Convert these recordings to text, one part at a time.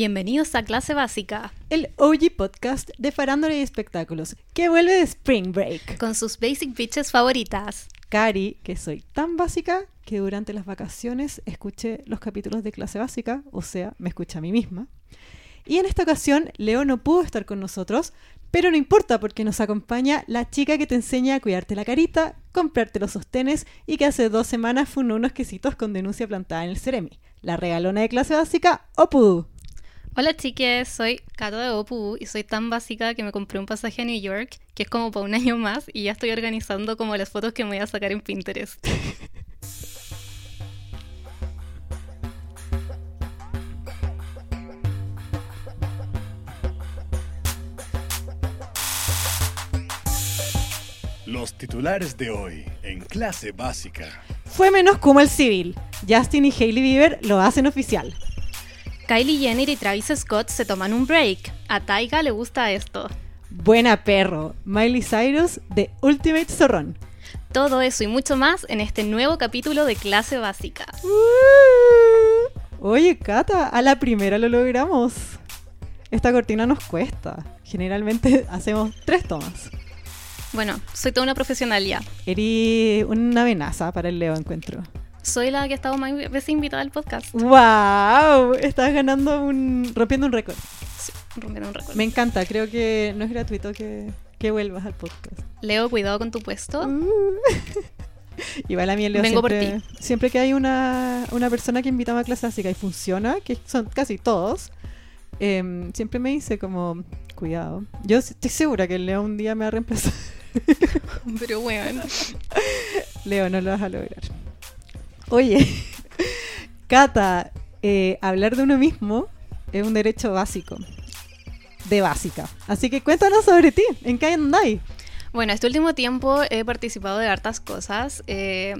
Bienvenidos a Clase Básica, el OG podcast de farándula y espectáculos, que vuelve de Spring Break. con sus basic bitches favoritas. Cari, que soy tan básica que durante las vacaciones escuché los capítulos de clase básica, o sea, me escuché a mí misma. Y en esta ocasión, Leo no pudo estar con nosotros, pero no importa porque nos acompaña la chica que te enseña a cuidarte la carita, comprarte los sostenes y que hace dos semanas fundó unos quesitos con denuncia plantada en el Ceremi. La regalona de clase básica, Opu. Hola chiques, soy Kato de Opu y soy tan básica que me compré un pasaje a New York, que es como para un año más, y ya estoy organizando como las fotos que me voy a sacar en Pinterest. Los titulares de hoy en clase básica. Fue menos como el civil. Justin y Hailey Bieber lo hacen oficial. Kylie Jenner y Travis Scott se toman un break. A Taiga le gusta esto. Buena perro, Miley Cyrus de Ultimate Zorrón. Todo eso y mucho más en este nuevo capítulo de Clase Básica. Oye, Cata, a la primera lo logramos. Esta cortina nos cuesta. Generalmente hacemos tres tomas. Bueno, soy toda una profesional ya. Eri una amenaza para el Leo Encuentro. Soy la que ha estado más veces invitada al podcast. ¡Wow! Estás ganando un. rompiendo un récord. Sí, rompiendo un récord. Me encanta, creo que no es gratuito que, que vuelvas al podcast. Leo, cuidado con tu puesto. Igual a mí el Leo Vengo por siempre, siempre que hay una, una persona que invitaba a clase básica y funciona, que son casi todos, em, siempre me dice como, cuidado. Yo s- estoy segura que el Leo un día me va a reemplazar. Pero bueno. Leo, no lo vas a lograr. Oye, Cata, eh, hablar de uno mismo es un derecho básico. De básica. Así que cuéntanos sobre ti, en qué andáis. Bueno, este último tiempo he participado de hartas cosas. eh,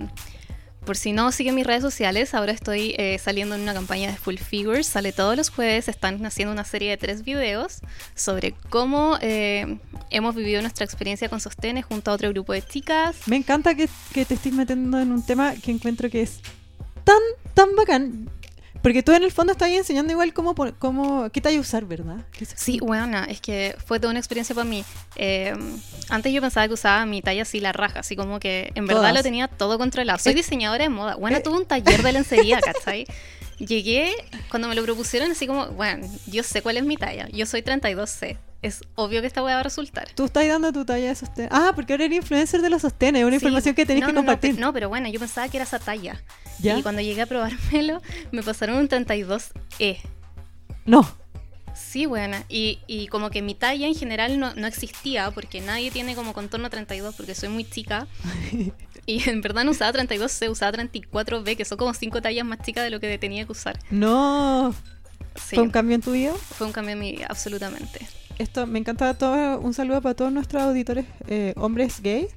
por si no siguen mis redes sociales, ahora estoy eh, saliendo en una campaña de Full Figures. Sale todos los jueves, están haciendo una serie de tres videos sobre cómo eh, hemos vivido nuestra experiencia con sostenes junto a otro grupo de chicas. Me encanta que, que te estés metiendo en un tema que encuentro que es tan, tan bacán. Porque tú en el fondo estás ahí enseñando igual cómo, pon- cómo qué talla usar, ¿verdad? Que eso- Sí, bueno, es que fue toda una experiencia para mí. Eh, antes yo pensaba que usaba mi talla así la raja, así como que en verdad Todas. lo tenía todo controlado. Soy Eh. diseñadora de moda. Bueno, Eh. tuve un taller de lencería, ¿cachai? Llegué, cuando me lo propusieron, así como, bueno, yo sé cuál es mi talla. Yo soy 32C. Es obvio que esta weá va a resultar. Tú estás dando tu talla de sostén. Ah, porque ahora eres influencer de los sostenes. Una Sí, información que tenés no, que no, no, compartir. pe- No, pero bueno, yo pensaba que era esa talla. ¿Ya? Y cuando llegué a probármelo, me pasaron un 32E. No. Sí, buena. Y, y como que mi talla en general no, no existía porque nadie tiene como contorno 32 porque soy muy chica. Y en verdad no usaba 32C, usaba 34B, que son como cinco tallas más chicas de lo que tenía que usar. No. Sí, ¿Fue un cambio en tu vida? fue un cambio en mi vida, absolutamente. Esto, me encanta todo, un saludo para todos nuestros auditores, eh, hombres gays,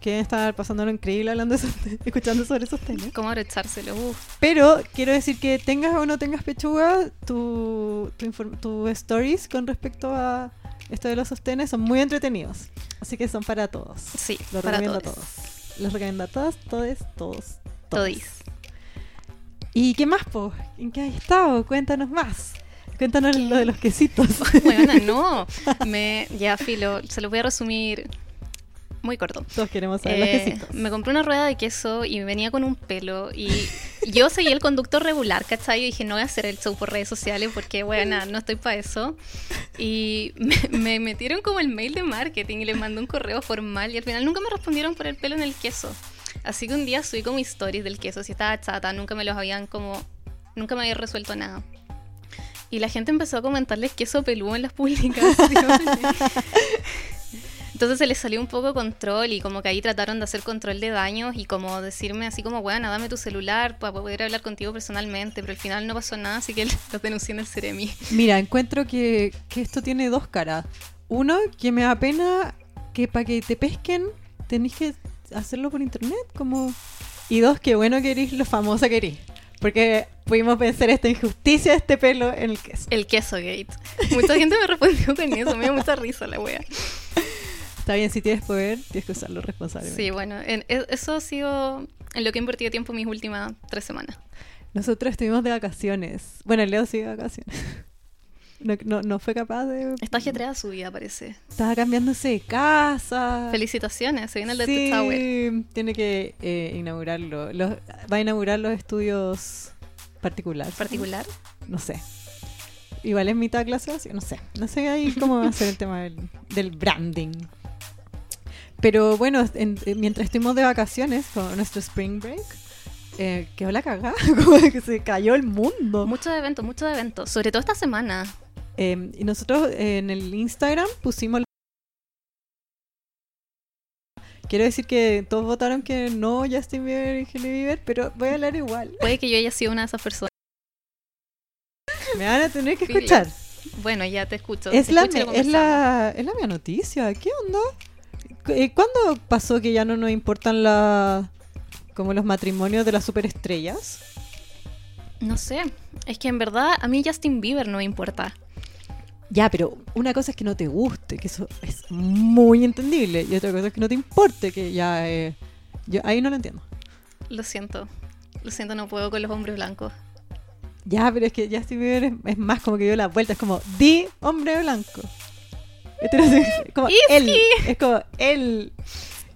que deben estar pasándolo increíble hablando de sostenes, escuchando sobre sostenes. ¿Cómo abrochárselo? Uf. Pero quiero decir que tengas o no tengas pechuga, tu, tu, inform- tu stories con respecto a esto de los sostenes son muy entretenidos. Así que son para todos. Sí, Los para recomiendo todos. a todos. Los recomiendo a todas, todes, todos. Todis. ¿Y qué más, po? ¿En qué has estado? Cuéntanos más. Cuéntanos lo de los quesitos. Buena, no. Me, ya, filo, se los voy a resumir muy corto. todos queremos saber Eh, los quesitos. me compré una rueda de queso y venía con un pelo y yo seguí el conductor regular, ¿cachai? Y dije, no voy a hacer el show por redes sociales porque, bueno, no estoy para eso. Y me, me metieron como el mail de marketing y les mandé un correo formal y al final nunca me respondieron por el pelo en el queso. Así que un día subí como stories del queso, si estaba chata, nunca me los habían como... Nunca me había resuelto nada. Y la gente empezó a comentarles queso peludo en las publicaciones. Entonces se les salió un poco de control y como que ahí trataron de hacer control de daños y como decirme así como, bueno, dame tu celular para poder hablar contigo personalmente, pero al final no pasó nada, así que los denuncié en el Ceremi. Mira, encuentro que, que esto tiene dos caras. Uno, que me da pena que para que te pesquen tenés que hacerlo por internet, como... Y dos, que bueno que eres lo famosa que eres. Porque pudimos vencer esta injusticia de este pelo en el queso. El queso gate. Mucha gente me respondió con eso, me dio mucha risa la wea. Está bien, si tienes poder, tienes que usarlo responsablemente. Sí, bueno, en- e- eso ha sido en lo que he invertido tiempo mis últimas tres semanas. Nosotros estuvimos de vacaciones. Bueno, Leo sigue de vacaciones. No, no, no fue capaz de... Está ajetreada su vida, parece. Estaba cambiándose de casa. Felicitaciones, se viene el de Ah. sí, tu Tower. tiene que eh, inaugurarlo. Los- va a inaugurar los estudios particulares. Particular. no sé. Igual es mitad clase vacía, no sé. No sé ahí cómo va a ser el tema del, del branding. Pero bueno, en- eh, mientras estuvimos de vacaciones con nuestro spring break, eh, quedó la cagada, como que se cayó el mundo. Muchos eventos, muchos eventos. Sobre todo esta semana. Eh, y nosotros eh, en el Instagram pusimos... Quiero decir que todos votaron que no Justin Bieber y Hailey Bieber, pero voy a hablar igual. Puede que yo haya sido una de esas personas. Me van a tener que Pide. escuchar. Bueno, ya te escucho. Es Te la, escucho y lo me- es, conversamos. la, es la mía noticia. ¿Qué onda? Cu- eh, ¿Cuándo pasó que ya no nos importan la, como los matrimonios de las superestrellas? No sé. Es que en verdad a mí Justin Bieber no me importa. Ya, pero una cosa es que no te guste, que eso es muy entendible. Y otra cosa es que no te importe, que ya... eh, yo ahí no lo entiendo. Lo siento. Lo siento, no puedo con los hombres blancos. Ya, pero es que Justin Bieber es, es más como que dio la vuelta. Es como, di hombre blanco. Heterosex- como Easy. él. Es como él.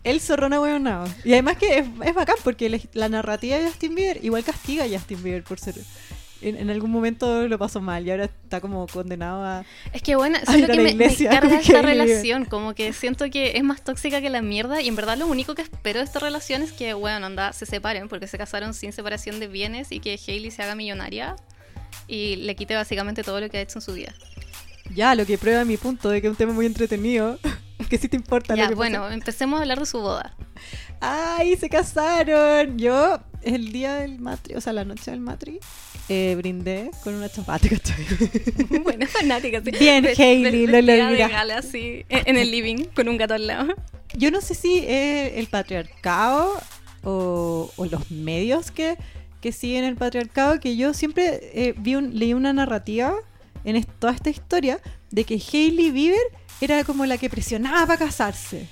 El zorrón ahueonado. Y además que es, es bacán porque la, la narrativa de Justin Bieber igual castiga a Justin Bieber por ser. En, en algún momento lo pasó mal y ahora está como condenado a. Es que bueno, eso Ay, es lo era que la me, me iglesia, carga como esta que- relación, como que siento que es más tóxica que la mierda y en verdad lo único que espero de esta relación es que, bueno, anda, se separen porque se casaron sin separación de bienes y que Hailey se haga millonaria y le quite básicamente todo lo que ha hecho en su vida. Ya, lo que prueba mi punto de que es un tema muy entretenido. Que sí te importa lo ya, que pasa. bueno, empecemos a hablar de su boda. ¡Ay, se casaron! Yo, el día del matri, o sea, la noche del matri, eh, brindé con una chapata, ¿cachai? bueno, fanática. sí. Bien, Ve- ve- Hailey, lo vestida de lograste. gala, así, en en el living con un gato al lado. Yo no sé si es el patriarcado o, o los medios que, que siguen el patriarcado, que yo siempre eh, vi un- leí una narrativa en es- toda esta historia de que Hailey Bieber era como la que presionaba para casarse.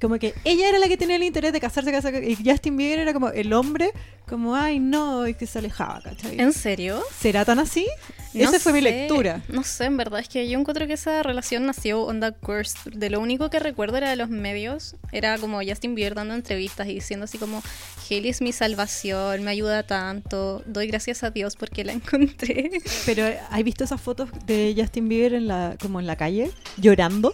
Como que ella era la que tenía el interés de casarse, casarse y Justin Bieber era como el hombre, como, ay, no, y que se alejaba, ¿cachai? ¿En serio? ¿Será tan así? No Esa fue mi sé, lectura. No sé, en verdad, es que yo encuentro que esa relación nació onda cursed. De lo único que recuerdo era de los medios, era como Justin Bieber dando entrevistas y diciendo así como, Haley es mi salvación, me ayuda tanto, doy gracias a Dios porque la encontré. Pero ¿has visto esas fotos de Justin Bieber en la, como en la calle, llorando?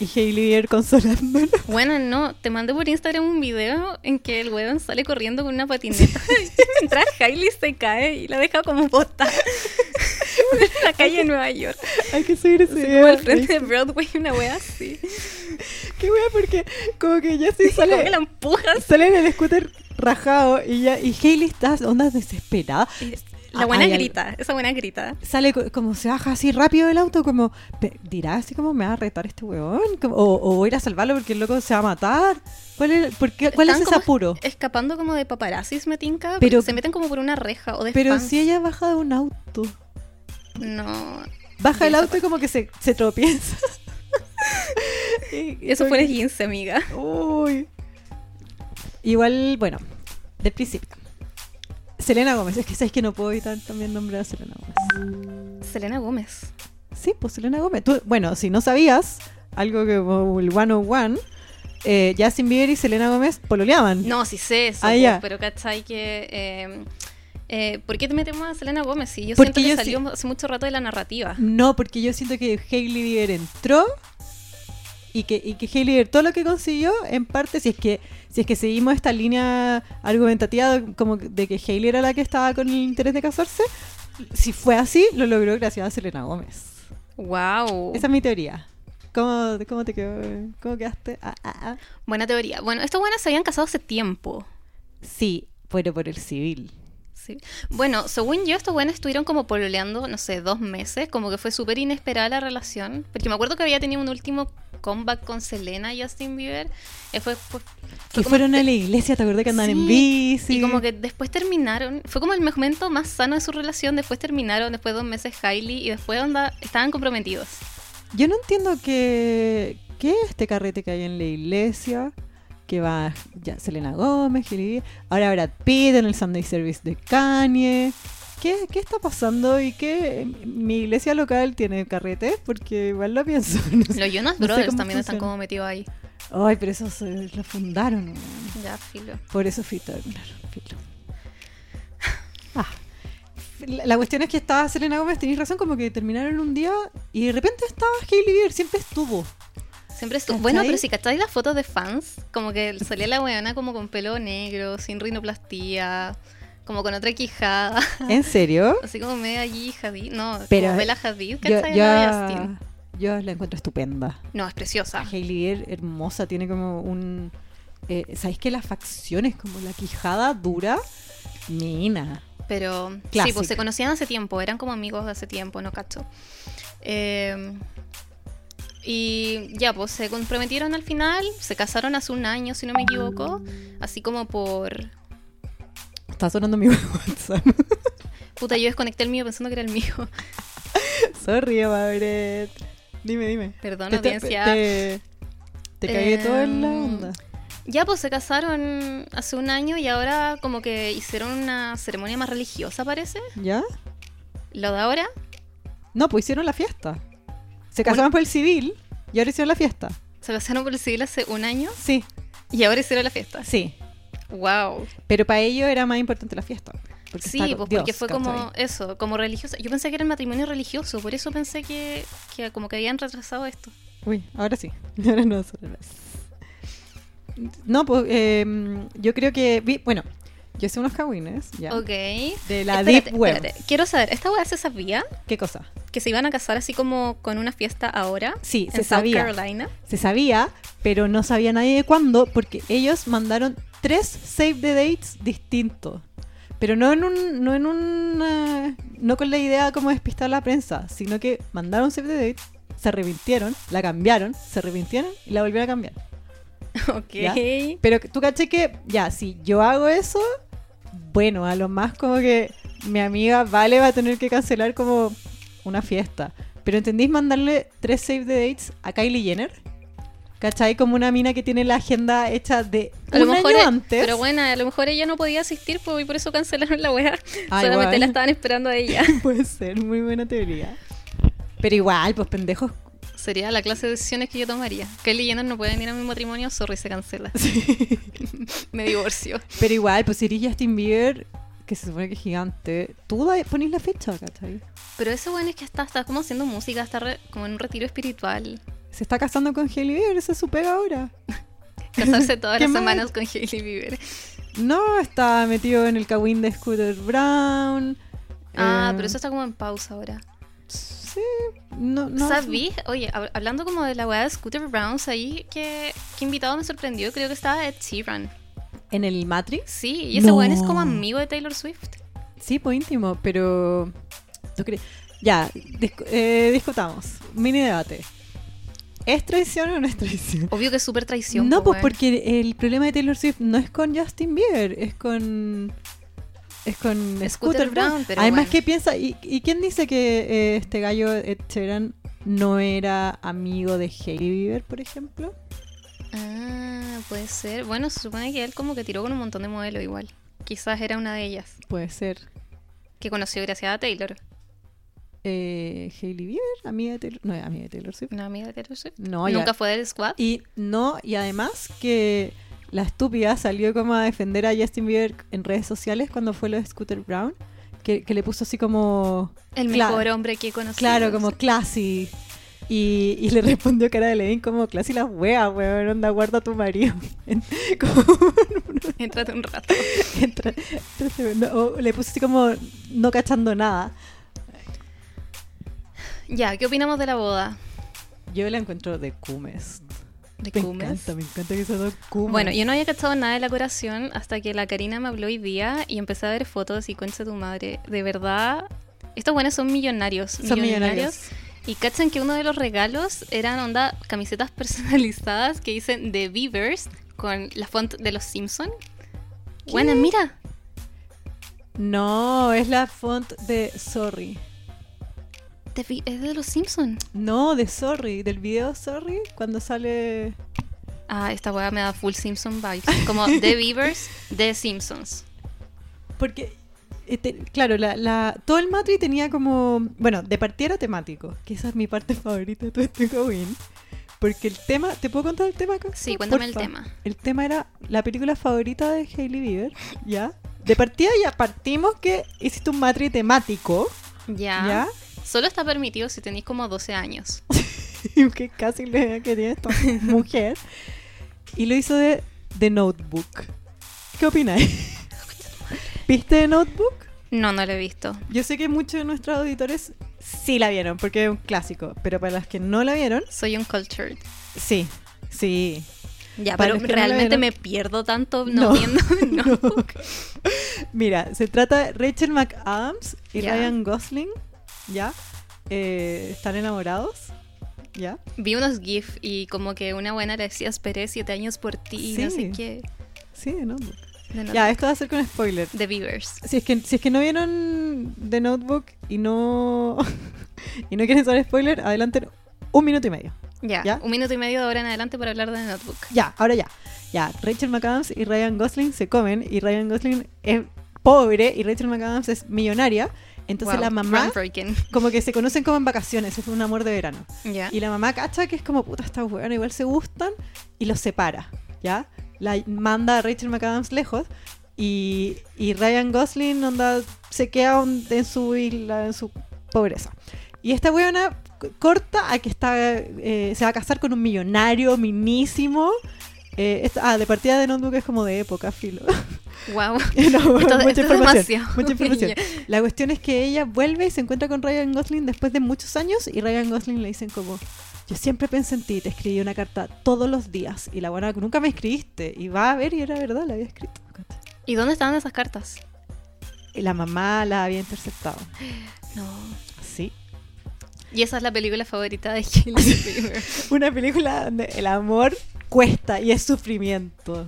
Y Hailey Bieber consolándolo. Bueno, no, te mandé por Instagram un video en que el weón sale corriendo con una patineta. Entra Hailey, se cae y la deja como bota. en la calle de Nueva York. Hay que subir ese Así video. como al frente de Broadway, una wea así. Qué wea, porque como que Justin Y como que sale, la empujas. sale en el scooter rajado y, ya, y Hailey está onda desesperada. La buena Ay, al- grita, esa buena grita. Sale co- como se baja así rápido del auto, como pe- dirá así como me va a retar este weón, como- o, o voy a ir a salvarlo porque el loco se va a matar. ¿Cuál es, por qué- cuál es Están ese como apuro? Escapando como de paparazzis, me tinca. Pero- Pero, se meten como por una reja o de Pero spam. si ella baja de un auto, No. Y baja del eso auto y como que se, se tropieza. Y- y Eso como fue el que- esguince, amiga. Uy. Igual, bueno, del principio. Selena Gómez, es que sabes que no puedo evitar también nombrar a Selena Gómez. Selena Gómez. Sí, pues Selena Gómez. Tú- bueno, si no sabías, algo que como el 101, eh, Justin Bieber y Selena Gómez pololeaban. No, sí sé eso. Ah, pues, ya. Pero cachai que. eh, eh, ¿Por qué te metemos a Selena Gómez? Si yo Porque siento que yo Mm. salió hace mucho rato de la narrativa. No, porque yo siento que Hailey Bieber entró y que, y que Hailey Bieber todo lo que consiguió, en parte, si es que si es que seguimos esta línea argumentativa de- como de que Hailey era la que estaba con el interés de casarse, si fue así, lo logró gracias a Selena Gómez. ¡Wow! Esa es mi teoría. ¿Cómo, cómo te quedó? ¿Cómo quedaste? Ah, ah, ah. Buena teoría. Bueno, estos buenas se habían casado hace tiempo. Sí, pero por el civil. Sí. Bueno, según yo, estos buenos estuvieron como pololeando, no sé, dos meses, como que fue súper inesperada la relación, porque me acuerdo que había tenido un último comeback con Selena y Justin Bieber, eh, fue, fue- Que como- fueron a la iglesia, te acordás que andan en Sí, bici. y como que después terminaron, fue como el momento más sano de su relación, después terminaron, después dos meses Hailey y después onda, estaban comprometidos. Yo no entiendo que, qué es este carrete que hay en la iglesia, que va ya Selena Gómez, Hailey Bieber, ahora Brad Pitt en el Sunday Service de Kanye, ¿qué, qué está pasando y qué mi iglesia local tiene carrete? Porque igual lo pienso. no sé. Los Jonas No sé Brothers cómo también están funciona. como metidos ahí. Ay, pero eso se lo fundaron. weón. Ya, filo. Por eso fui Turner. filo. Ah. La, la cuestión es que estaba Selena Gómez, tenéis razón, como que terminaron un día y de repente estaba Hailey Bieber, siempre estuvo. Siempre estuvo. ¿Cachai? Bueno, pero si cacháis las fotos de fans, como que salía la weona como con pelo negro, sin rinoplastía, como con otra quijada, ¿En serio? así como media allí, Hadid. No, Pero, como Bella Hadid, Yo, ¿cachai? yo- No, Justin. yo la encuentro estupenda. No, es preciosa. Hailey Bieber, hermosa, tiene como un... eh, ¿Sabéis que las facciones, como la quijada dura? Mina. Pero sí, Clásica. pues se conocían hace tiempo, eran como amigos de hace tiempo, no cacho. Eh, y ya, pues se comprometieron al final, se casaron hace un año, si no me equivoco, así como por... Está sonando mi WhatsApp. Puta, yo desconecté el mío pensando que era el mío. Sorry, Mabret. Dime, dime. Perdón, Te- te- audiencia. Te, te cagué todo en la Em, onda. Ya, pues se casaron hace un año y ahora como que hicieron una ceremonia más religiosa, parece. ¿Ya? Lo de ahora. No, pues hicieron la fiesta. Se casaron por el civil y ahora hicieron la fiesta. Se casaron por el civil hace un año Sí, y ahora hicieron la fiesta. sí. ¡Wow! Pero para ellos era más importante la fiesta. Porque Sí, está pues Dios, porque fue ¿cachai? como eso, como religiosa. Yo pensé que era el matrimonio religioso, por eso pensé que, que como que habían retrasado esto. Uy, ahora sí. Ahora no, solo no. No, pues em, yo creo que... vi- bueno, yo hice unos cagüines, ya. Ok. De la Espérate, Deep Web. espérate. Quiero saber, ¿esta weá se sabía ¿Qué cosa? que se iban a casar así como con una fiesta ahora? Sí, en se South sabía. Carolina. Se sabía, pero no sabía nadie de cuándo, porque ellos mandaron tres save the dates distintos. Pero no en un, no en un eh, no con la idea como de despistar a la prensa, sino que mandaron save the dates, se arrepintieron, la cambiaron, se arrepintieron y la volvieron a cambiar. Ok. Ya. Pero que- tú caché que, ya, si yo hago eso, bueno, a lo más como que mi amiga Vale va a tener que cancelar como una fiesta. Pero ¿entendís mandarle tres save the dates a Kylie Jenner? ¿Cachai? Como una mina que tiene la agenda hecha de A lo un mejor, año e- antes. Pero bueno, a lo mejor ella no podía asistir po, y por eso cancelaron la weá. Solamente Ay, Ah, igual. la estaban esperando a ella. Puede ser, muy buena teoría. Pero igual, pues pendejos. Sería la clase de decisiones que yo tomaría. Kelly Jenner no puede venir a mi matrimonio, sorry, se cancela. Me divorcio. Pero igual, pues si eres Justin Bieber, que se supone que es gigante, tú da- ponís la fecha, ¿cachai? Pero ese bueno es que está, está como haciendo música, está re- como en un retiro espiritual. Se está casando con Hailey Bieber, esa es su pega ahora. Casarse todas ¿Qué las más? semanas con Hailey Bieber. No, está metido en el cagüín de Scooter Brown. Ah, Eh, pero eso está como en pausa ahora. Sí, no, no. ¿Sabí? Oye, hab- hablando como de la weá de Scooter Browns ahí, que, que invitado me sorprendió, creo que estaba Ed Sheeran. ¿En el Matrix? Sí, y ese No. weón es como amigo de Taylor Swift. Sí, pues íntimo, pero. ¿Tú crees? Ya, discu- eh, discutamos. Mini debate. ¿Es traición o no es traición? Obvio que es súper traición. no, po, pues weón. porque el problema de Taylor Swift no es con Justin Bieber, es con. Es con Scooter, Brown. pero Además, bueno. ¿qué piensa? ¿Y, y quién dice que eh, este gallo Ed Sheeran no era amigo de Hailey Bieber, por ejemplo? Ah, puede ser. Bueno, se supone que él como que tiró con un montón de modelos igual. Quizás era una de ellas Puede ser. que conoció gracias a Taylor, Eh, Hailey Bieber, amiga de Taylor. No, amiga de Taylor Swift. una amiga de Taylor Swift. No, ya. Nunca fue del squad. Y no, y además que la estúpida salió como a defender a Justin Bieber en redes sociales cuando fue lo de Scooter Brown. Que, que le puso así como. El Claro. mejor hombre que conocí. Claro, como classy. Y, y le respondió cara de Levin como classy las weas, weón. Onda, guarda a tu marido. como, Entrate un rato. entra- entra- no, o le puso así como no cachando nada. Ya, ¿qué opinamos de la boda Yo la encuentro de Cumes. de Me Cumes? encanta, me encanta que sea de Cumes. Bueno, yo no había cachado nada de la curación hasta que la Karina me habló hoy día y empecé a ver fotos y concha tu madre. De verdad, estos buenos son millonarios. Son millonarios. Y cachan que uno de los regalos eran onda camisetas personalizadas que dicen The Beavers con la font de los Simpson. ¿Qué? Buena, mira. No, es la font de Sorry. The Be- es de los Simpson. No, de Sorry, del video Sorry, cuando sale. Ah, esta weá me da full Simpson vibes. Como The Beavers, The Simpsons. Porque eh, te- claro, la, la- todo el Matri tenía como. Bueno, de partida era temático, que esa es mi parte favorita de todo este Halloween. Porque el tema. ¿Te puedo contar el tema? Cata? Sí, cuéntame el Porfa. tema. El tema era la película favorita de Hailey Bieber, ¿ya? De partida ya partimos que hiciste un Matri temático, Ya. ¿ya? Solo está permitido si tenéis como 12 años. que casi le quería esta mujer. Y lo hizo de The Notebook. ¿Qué opináis? ¿Viste The Notebook? No, no lo he visto. Yo sé que muchos de nuestros auditores sí la vieron, porque es un clásico. Pero para las que no la vieron, Soy un cultured. sí, sí. Ya, Para pero los que no la realmente vieron. me pierdo tanto no, No. viendo. No. Mira, se trata de Rachel McAdams y Ya. Ryan Gosling, ¿ya? Eh, están enamorados, ¿ya? Vi unos GIF y como que una buena le decía, esperé 7 años por ti y no Sí. sé qué. Sí, The Notebook. De, Ya, esto va a ser con spoiler. de Beavers. Si es que, si es que no vieron The Notebook y no, y no quieren saber spoiler, adelanten un minuto y medio. Ya. ¿Ya? Un minuto y medio de ahora en adelante para hablar de The Notebook. Ya, ahora ya. Ya, Rachel McAdams y Ryan Gosling se comen y Ryan Gosling es pobre y Rachel McAdams es millonaria. Entonces Wow, la mamá, groundbreaking. como que se conocen como en vacaciones, es un amor de verano. Ya. Y la mamá cacha que es como, puta, estas weonas igual se gustan y los separa, ¿ya? La manda a Rachel McAdams lejos y, y Ryan Gosling onda, se queda on- en su isla, en su pobreza. Y esta weona c- corta a que está, eh, se va a casar con un millonario minísimo. Eh, esta- ah, de partida de Notebook es como de época, filo. Wow. No, Esto- esto mucha es información. demasiado. mucha información. La cuestión es que ella vuelve y se encuentra con Ryan Gosling después de muchos años y Ryan Gosling le dicen como, yo siempre pensé en ti, te escribí una carta todos los días y la buena nunca me escribiste y va a ver y era verdad, la había escrito. ¿cachai? ¿Y dónde estaban esas cartas? Y la mamá la había interceptado. No. Sí. Y esa es la película favorita de Hailey Bieber. Una película donde el amor cuesta y es sufrimiento.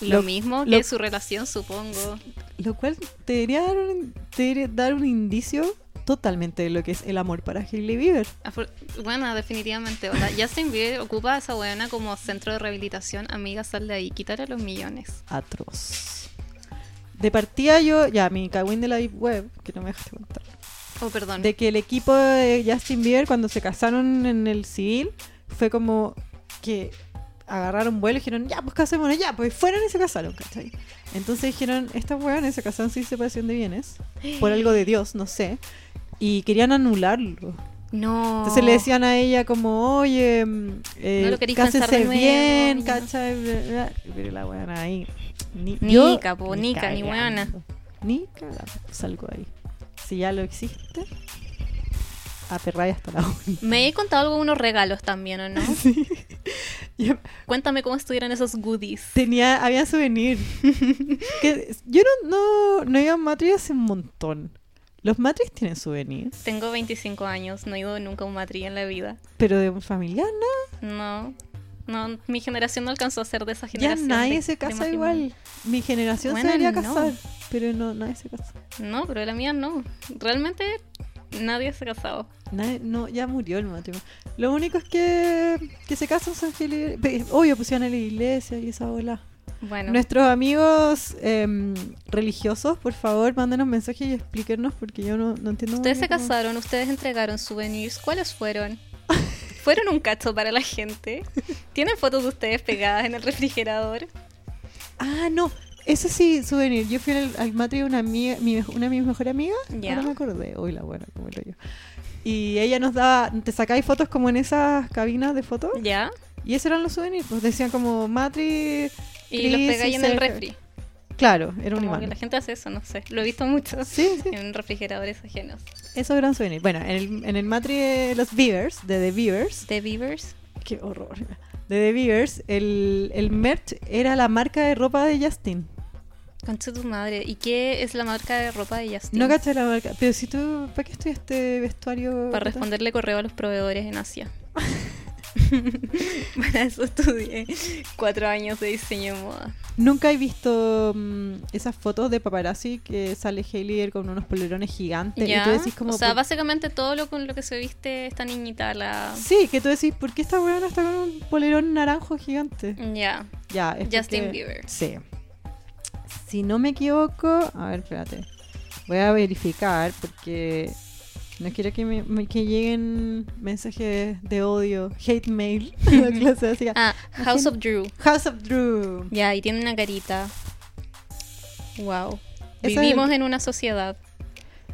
Lo, Lo- mismo lo- que su relación, supongo. Lo cual te debería dar un, te debería dar un indicio totalmente de lo que es el amor para Hailey Bieber. Afor- Bueno, definitivamente. O sea, Justin Bieber ocupa a esa buena como centro de rehabilitación. Amiga, sal de ahí, quítale los millones. atroz. De partida yo, ya, mi cagüín de la Deep Web, que no me dejaste contar, Oh, perdón. de que el equipo de Justin Bieber cuando se casaron en el civil fue como que agarraron vuelo y dijeron, ya, pues casémonos ya, pues y fueron y se casaron, ¿cachai? Entonces dijeron, estas hueones se casaron sin separación de bienes, por algo de Dios, no sé, y querían anularlo. No. Entonces le decían a ella como, oye, mm, eh, Oh. No lo querís pensar cásense de nuevo, bien, niña". ¿cachai? Bla, bla, bla. Pero la buena ahí. Ni, Ni yo- capo, ni ca, ni cagando. buena. Ni cagando, salgo ahí. Si ya lo existe, aperraya hasta la uña. Me he contado algo de unos regalos también, ¿o no? Yo Cuéntame cómo estuvieron esos goodies. Tenía, había souvenir. que, yo no, no, no iba a Matri hace un montón. Los Matris tienen souvenir, Tengo 25 años, no he ido nunca a un matri en la vida. pero de un familiar No. No, mi generación no alcanzó a ser de esa Ya generación. nadie de- se de casa matrimonio. igual. Mi generación Bueno, se debería no. casar, pero no, nadie se casa. No, pero la mía no. Realmente nadie se ha casado. Nadie- no, ya murió el matrimonio. Lo único es que, que se casan son fieles. pe- Obvio, pusieron a la iglesia y esa bola. Bueno, Nuestros amigos em, religiosos, por favor, mándenos mensajes y explíquenos porque yo no, no entiendo. muy ustedes se bien cómo- casaron, ustedes entregaron souvenirs. ¿Cuáles fueron? ¿Fueron un cacho para la gente? ¿Tienen fotos de ustedes pegadas en el refrigerador? Ah, no. Eso sí, souvenir. Yo fui al, al matri de una amiga, mi, mejo- una de mis mejores amigas. Ya. Ahora me acordé. Uy, la buena, como lo yo. Y ella nos daba, te sacáis fotos como en esas cabinas de fotos. ¿Ya? Y esos eran los souvenirs, pues decían como Matri. Y Cris, los pegáis en el Sergio. refri. Claro, era un Como que imán. la gente hace eso, no sé. Lo he visto mucho Sí, sí, en refrigeradores ajenos. esos eran souvenirs. Bueno, en el, en el Matri de los Beavers, de The Beavers, ¿De Beavers? qué horror. De The Beavers, el, el merch era la marca de ropa de Justin. Concha tu madre. ¿Y qué es la marca de ropa de Justin? No caché la marca, pero si tú, ¿para qué estudiaste vestuario? Para responderle correo a los proveedores en Asia. Para eso estudié cuatro años de diseño de moda. Nunca he visto mm, esas fotos de paparazzi que sale Hailey con unos polerones gigantes y ¿Ya? tú decís como o sea, "¿Por básicamente todo lo con lo que se viste esta niñita, la... Sí, que tú decís, ¿por qué esta weona está con un polerón naranjo gigante? Ya, Ya, es Mm. Justin porque- Bieber. Sí. Si no me equivoco, a ver, espérate. Voy a verificar porque no quiero que me, me- que lleguen mensajes de odio, hate mail a la clase básica. Ah, House of Drew. House of Drew. Ya, y tiene una carita. Wow. Ese Vivimos es en una sociedad.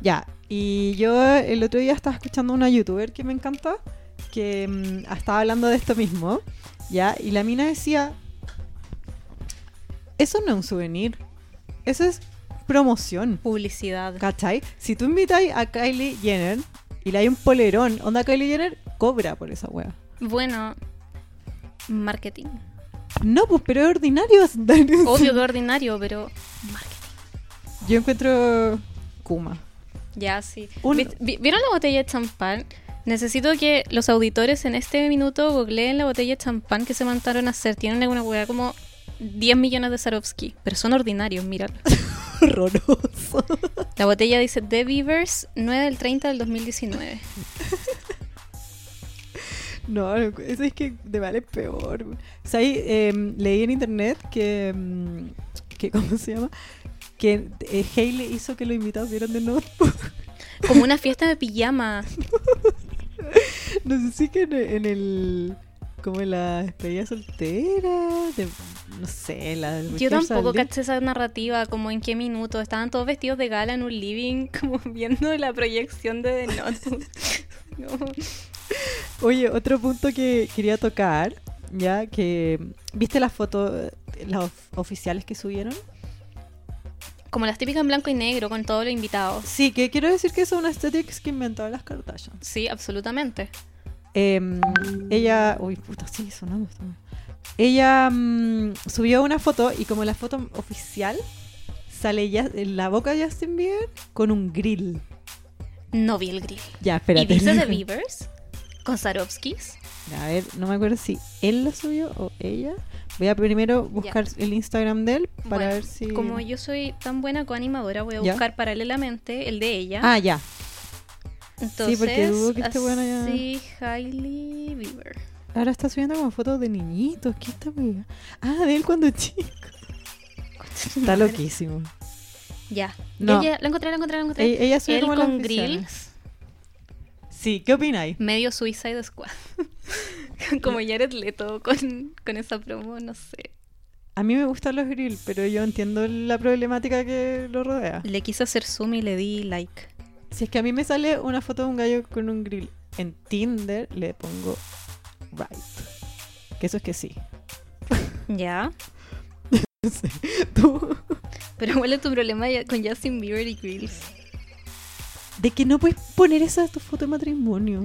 Ya, y yo el otro día estaba escuchando a una youtuber que me encanta, que mm, estaba hablando de esto mismo, ya, y la mina decía, eso no es un souvenir, eso es promoción. Publicidad. ¿Cachai? Si tú invitáis a Kylie Jenner y le hay un polerón, onda Kylie Jenner cobra por esa wea. Bueno, marketing. No, pues, pero es ordinario. es- Obvio que ordinario, pero marketing. Yo encuentro Kuma. Ya, sí. Un- ¿Vist- vi- ¿Vieron la botella de champán? Necesito que los auditores en este minuto googleen la botella de champán que se mandaron a hacer. Tienen alguna hueá como 10 millones de Sarovsky, pero son ordinarios, míralo. Horroroso. La botella dice The Beavers 9 del 30 del 2019. No, eso es que de vale peor. O sea, ahí, eh, leí en internet que, mm, que ¿cómo se llama? Que eh, Hailey hizo que lo invitados vieran de nuevo. Como una fiesta de pijama. No sé si que en, en el... Como en la despedida soltera, de- no sé, la del Yo Rehearsal tampoco Day. caché esa narrativa, como en qué minuto. Estaban todos vestidos de gala en un living, como viendo la proyección de The Note. No. Oye, otro punto que quería tocar, ya que viste las fotos, las of- oficiales que subieron. Como las típicas en blanco y negro con todos los invitados. Sí, que quiero decir que son aesthetics que inventaron las Kardashian. Sí, absolutamente. Em, ella, uy, puta, sí, sonando esto. Ella mm, subió una foto y como la foto oficial sale ya en la boca de Justin Bieber con un grill. No vi el grill. Ya, espérate. ¿Y dice The Beavers? ¿Con Sarovskis? A ver, no me acuerdo si él lo subió o ella. Voy a primero buscar el Instagram de él para Bueno, ver si. Como yo soy tan buena coanimadora, voy a Ya. buscar paralelamente el de ella. Ah, ya. Entonces, porque dudo que esté buena ya. Sí, Hailey Bieber. Ahora está subiendo como fotos de niñitos. ¿Qué está pegando? Ah, de él cuando chico. Está loquísimo. Ya. No. Ella, la encontré, la encontré, la encontré. Ella, ella subió Él como las con oficiales. grills, Sí, ¿qué opináis? medio Suicide Squad. Como Jared Leto con, con esa promo, no sé. A mí me gustan los grills, pero yo entiendo la problemática que lo rodea. Le quise hacer zoom y le di like. Si es que a mí me sale una foto de un gallo con un grill en Tinder, le pongo right. Que eso es que sí. Ya. Tú- Pero ¿cuál es tu problema ya- con Justin Bieber y grills? De que no puedes poner esa tu foto de matrimonio.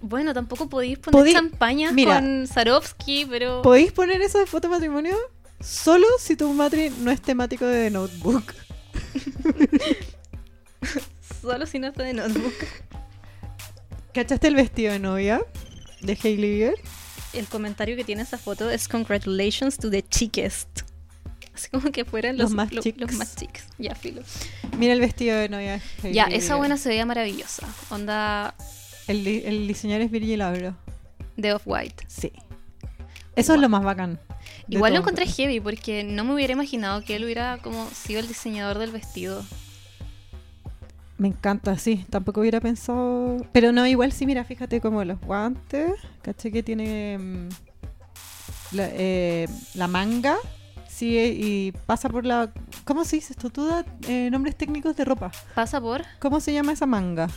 Bueno, tampoco podéis poner Podí- champañas Mira. con Sarovsky, pero... Podéis poner esa foto de matrimonio solo si tu matri no es temático de notebook. Solo si no está de notebook. ¿Cachaste el vestido de novia de Hailey Bieber? El comentario que tiene esa foto es Congratulations to the chickest. Así como que fueran los, Los más lo- chicos. los más chicos. Ya, filo. Mira el vestido de novia. de Hailey Ya, Bieber. esa buena se veía maravillosa. Onda El, di- el diseñador es Virgil Abloh. de Off-White. Sí. Eso es lo más bacán. de Igual lo todo. encontré heavy porque no me hubiera imaginado que él hubiera como sido el diseñador del vestido. Me encanta, sí. Tampoco hubiera pensado. Pero no, igual sí, mira, fíjate como los guantes. Caché que tiene mm, la, eh, la manga. Sí, eh, y pasa por la. ¿Cómo se dice esto? Tú da eh, nombres técnicos de ropa. Pasa por... ¿Cómo se llama esa manga?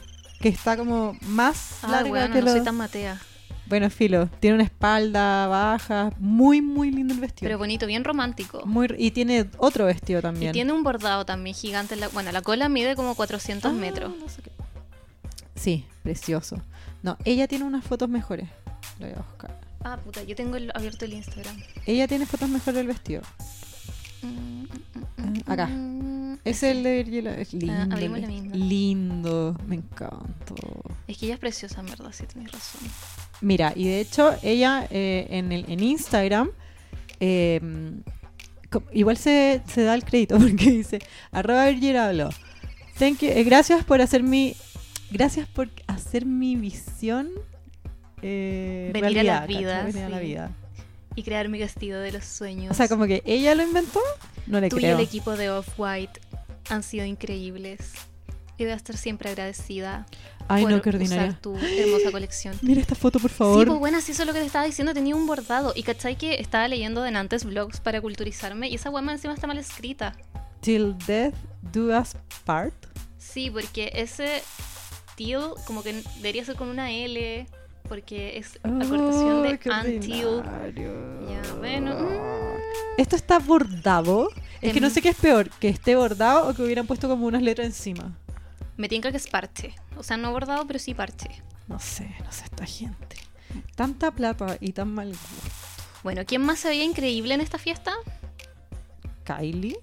Que está como más Ah, larga bueno, que no los- soy tan matea. Bueno, filo. Tiene una espalda baja. Muy, muy lindo el vestido. Pero bonito, bien romántico. Muy... Y tiene otro vestido Y también. tiene un bordado también gigante. en la- bueno, la cola mide como 400 Ah, metros. no sé qué. Sí, precioso. No, ella tiene unas fotos mejores. Lo voy a buscar. Ah, puta, yo tengo el- abierto el Instagram. Ella tiene fotos mejores del vestido. Mm, mm, Ah, acá. mm. Es el de Virgil. Es lindo. Ah, abrimos el la vestido. misma. lindo. Me encantó. Es que ella es preciosa, en verdad, sí, tenés razón. Mira, y de hecho, ella eh, en, el, en Instagram. eh, co- igual se, se da el crédito porque dice: arroba Virgil habló. Thank you. eh, gracias por hacer mi. Gracias por hacer mi visión. eh, Venir a la realidad, vida, ¿cachai? Venir a la sí. vida. Y crear mi vestido de los sueños. O sea, como que ella lo inventó, no le Tú y creo. el equipo de Off-White. han sido increíbles. Y voy a estar siempre agradecida Ay, por no, qué usar ordinaria. tu hermosa colección. Mira esta foto, por Sí, favor. pues bueno, sí, eso es lo que te estaba diciendo, tenía un bordado. Y cachai que estaba leyendo de antes blogs para culturizarme y esa guama encima está mal escrita. Till death do us part. Sí, porque ese tío como que debería ser con una L, porque es acortación de Ay, qué until. ordinario. Ya, bueno. mm. Esto está bordado. Es que no Em. sé qué es peor, que esté bordado o que hubieran puesto como unas letras encima. Me tinca que es parche. O sea, no bordado, pero sí parche. No sé, no sé, esta gente. Tanta plata y tan mal gusto. Bueno, ¿quién más se veía increíble en esta fiesta? Kylie.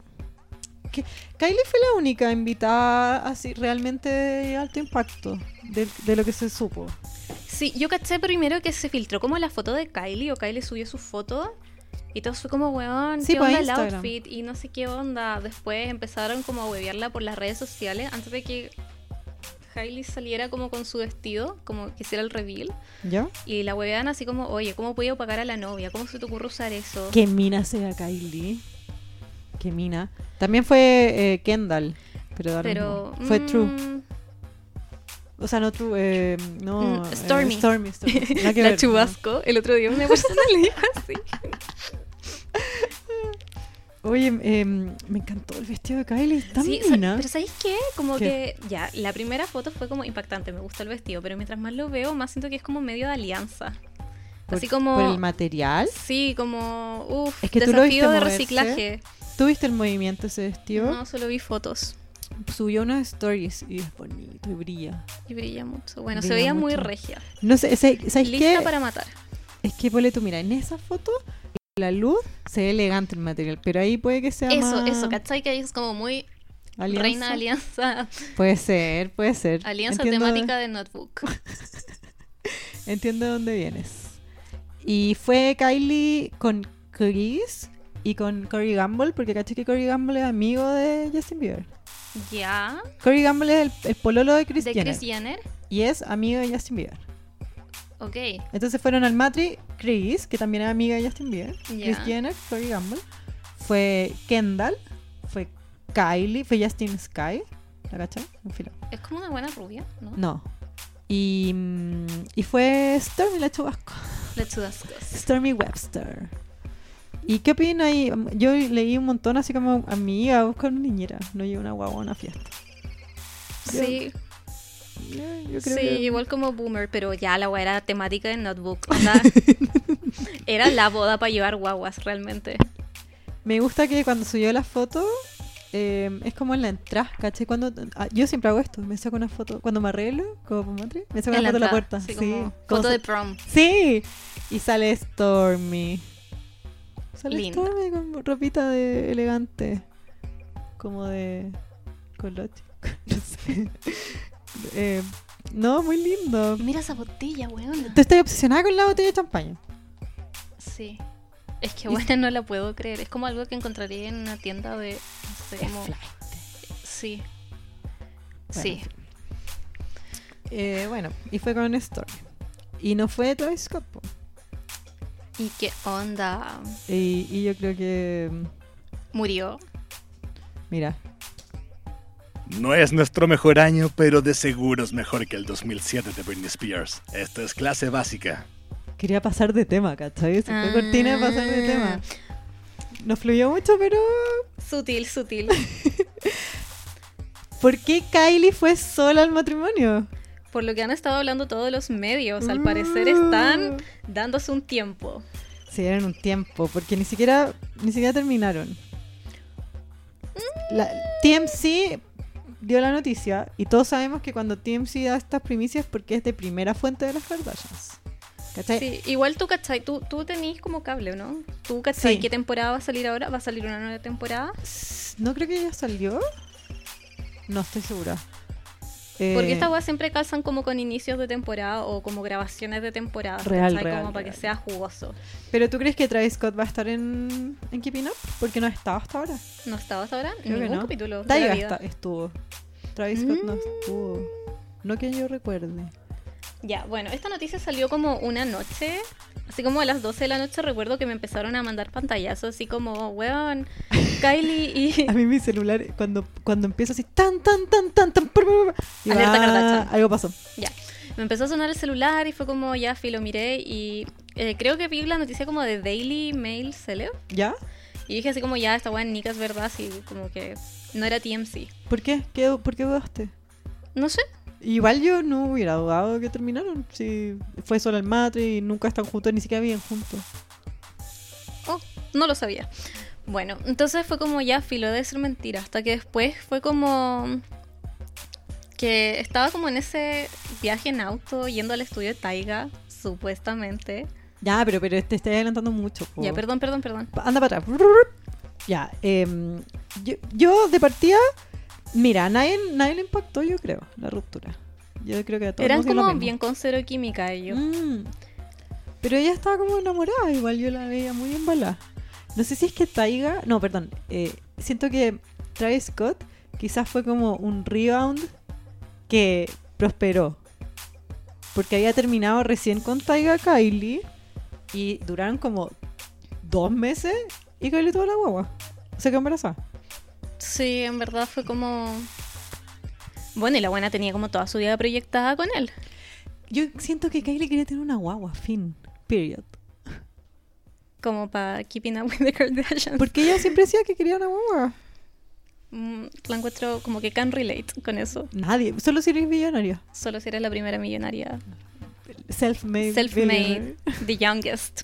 ¿Qué? Kylie fue la única invitada así realmente de alto impacto de, de lo que se supo. Sí, yo caché primero que se filtró como la foto de Kylie o Kylie subió su foto y todo fue como, weón, Sí, ¿qué pa' onda el Instagram. outfit? Y no sé qué onda. Después empezaron como a huevearla por las redes sociales antes de que Kylie saliera como con su vestido, como que hiciera el reveal. ¿Ya? Y la huevean así como, oye, ¿cómo podía opacar a la novia? ¿Cómo se te ocurre usar eso? Qué mina sea Kylie. Qué mina. También fue eh, Kendall. Pero, da lo Pero... mismo. fue mm, True. O sea, no True. eh, no, Mm, eh, Stormy. Stormy, Stormy. Nada que la ver, chubasco, el otro día una persona le dijo así. ¿no? Oye, eh, me encantó el vestido de Kylie. Tan Sí, sa- mina. pero ¿sabéis qué? Como ¿Qué? que ya, la primera foto fue como impactante, me gusta el vestido, pero mientras más lo veo, más siento que es como medio de alianza. Por- así como- Por el material. Sí, como, uff, Es que tú lo viste desafío de moverse. reciclaje. ¿Tuviste el movimiento ese vestido? No, solo vi fotos Subió unas stories y es bonito y brilla. y brilla mucho. Bueno, se Brilla veía muy mucho. regia, No sé, ese- ¿sabes lista qué? para matar. Es que, ponle tú, mira, en esa foto la luz se ve elegante el material, pero ahí puede que sea Eso, más eso, ¿cachai? Que ahí es como muy alianza. reina de alianza, Puede ser, puede ser. alianza Entiendo- temática de notebook. Entiendo de dónde vienes. Y fue Kylie con Chris y con Cory Gamble, porque caché que Cory Gamble es amigo de Justin Bieber. ya, Cory Gamble es el, el pololo de Chris de Jenner Chris Jenner. y es amigo de Justin Bieber. Ok, Entonces fueron al Matri Chris, que también es amiga de Justin Bieber, Ya. Chris Jenner, Cory Gamble, fue Kendall, fue Kylie, fue Justin Sky, ¿la cachai? Un filo. es como una buena rubia, ¿no? No. Y, mm, y fue Stormy la Chubasco. La chubascos. Stormy Webster. ¿Y qué opinan ahí? Yo leí un montón así como a mi hija buscar una niñera. No llevo una guagua a una fiesta. Yo- Sí, Eh, Yo creo Sí, que- igual como boomer, pero ya la wea era temática de notebook. onda. era la boda para llevar guaguas realmente. Me gusta que cuando subió la foto eh, es como en la entrada, ¿cachai? Cuando, ah, yo siempre hago esto, me saco una foto. Cuando me arreglo, como por Matri, me saco En una foto en la entrada, puerta. sí, Sí, como como foto de sa- prom. Sí, y sale Stormy. Sale Linda. Stormy con ropita de elegante. Como de coloche. no sé. Eh, no, muy lindo. Mira esa botella, weón. Tú estás obsesionada con la botella de champaña. Sí. Es que bueno, no la puedo creer. Es como algo que encontraría en una tienda de. No sé, como. Sí. Bueno, sí. Eh, bueno, y fue con Stormy. Y no fue Travis Scott. po. ¿Y qué onda? Y, y yo creo que. mm, Murió. Mira. No es nuestro mejor año, pero de seguro es mejor que el 2007 de Britney Spears. Esto es clase básica. Quería pasar de tema, ¿cachai? Se fue Ah. cortina de pasar de tema. No fluyó mucho, pero. Sutil, sutil. ¿Por qué Kylie fue sola al matrimonio? Por lo que han estado hablando todos los medios, al parecer Mm. están dándose un tiempo. Se dieron Ah. un tiempo, porque ni siquiera, ni siquiera terminaron. La, TMC dio la noticia y todos sabemos que cuando TMC da estas primicias es porque es de primera fuente de las Kardashians. ¿Cachai? Sí, igual tú, ¿cachai? Tú, tú tenés como cable, ¿no? Tú, ¿cachai? Sí. ¿Qué temporada va a salir ahora? ¿Va a salir una nueva temporada? S- No creo que ya salió. No estoy segura. Porque Eh, estas weas siempre calzan como con inicios de temporada o como grabaciones de temporada. Real, ¿cachai? real, Como para que real. sea jugoso. Pero tú crees que Travis Scott va a estar en, en Keeping Up? Porque no ha estado hasta ahora. ¿No estaba hasta ahora? Creo que Ningún no. capítulo. de Taiga la vida. está- estuvo. Travis Scott no estuvo. No que yo recuerde. Ya, bueno, esta noticia salió como una noche, así como a las 12 de la noche recuerdo que me empezaron a mandar pantallazos, así como, weón, Kylie y... A mí mi celular, cuando, cuando empieza así, tan, tan, tan, tan, tan, pr- pr- pr- digo, Alerta "Ah, Kardashian". Algo pasó. Ya. Me empezó a sonar el celular y fue como, ya, filo, miré y eh, creo que vi la noticia como de Daily Mail Celeb. ¿Ya? Y dije así como, ya, esta weá Nika es verdad, así como que no era TMC. ¿Por qué? ¿Qué- ¿Por qué dudaste? No sé, Igual yo no hubiera dudado que terminaron. Si fue solo el matre y nunca están juntos, ni siquiera viven juntos. oh, no lo sabía. Bueno, entonces fue como, ya, filo, debe ser mentira. Hasta que después fue como que estaba como en ese viaje en auto yendo al estudio de Taiga, supuestamente. Ya, pero, pero te estoy adelantando mucho. po. Ya, perdón, perdón, perdón. Anda para atrás. Ya. em, yo, yo de partida, mira, a nadie, nadie le impactó, yo creo, la ruptura. Yo creo que a todos Eran nos dio lo como mismo. bien con cero química ellos. Mm. Pero ella estaba como enamorada, igual yo la veía muy embalada. No sé si es que Taiga. No, perdón. eh, siento que Travis Scott quizás fue como un rebound que prosperó. Porque había terminado recién con Taiga Kylie y duraron como dos meses y Kylie tuvo la guagua. Se quedó embarazada. Sí, en verdad fue como... Bueno, y la buena tenía como toda su vida proyectada con él. Yo siento que Kylie quería tener una guagua, fin. Period. Como para Keeping Up With The Kardashians. Porque ella siempre decía que quería una guagua. Mm, la encuentro como que can relate con eso. Nadie, solo si eres millonario. Solo si eres la primera millonaria. Self-made. Self-made. billionaire. The youngest.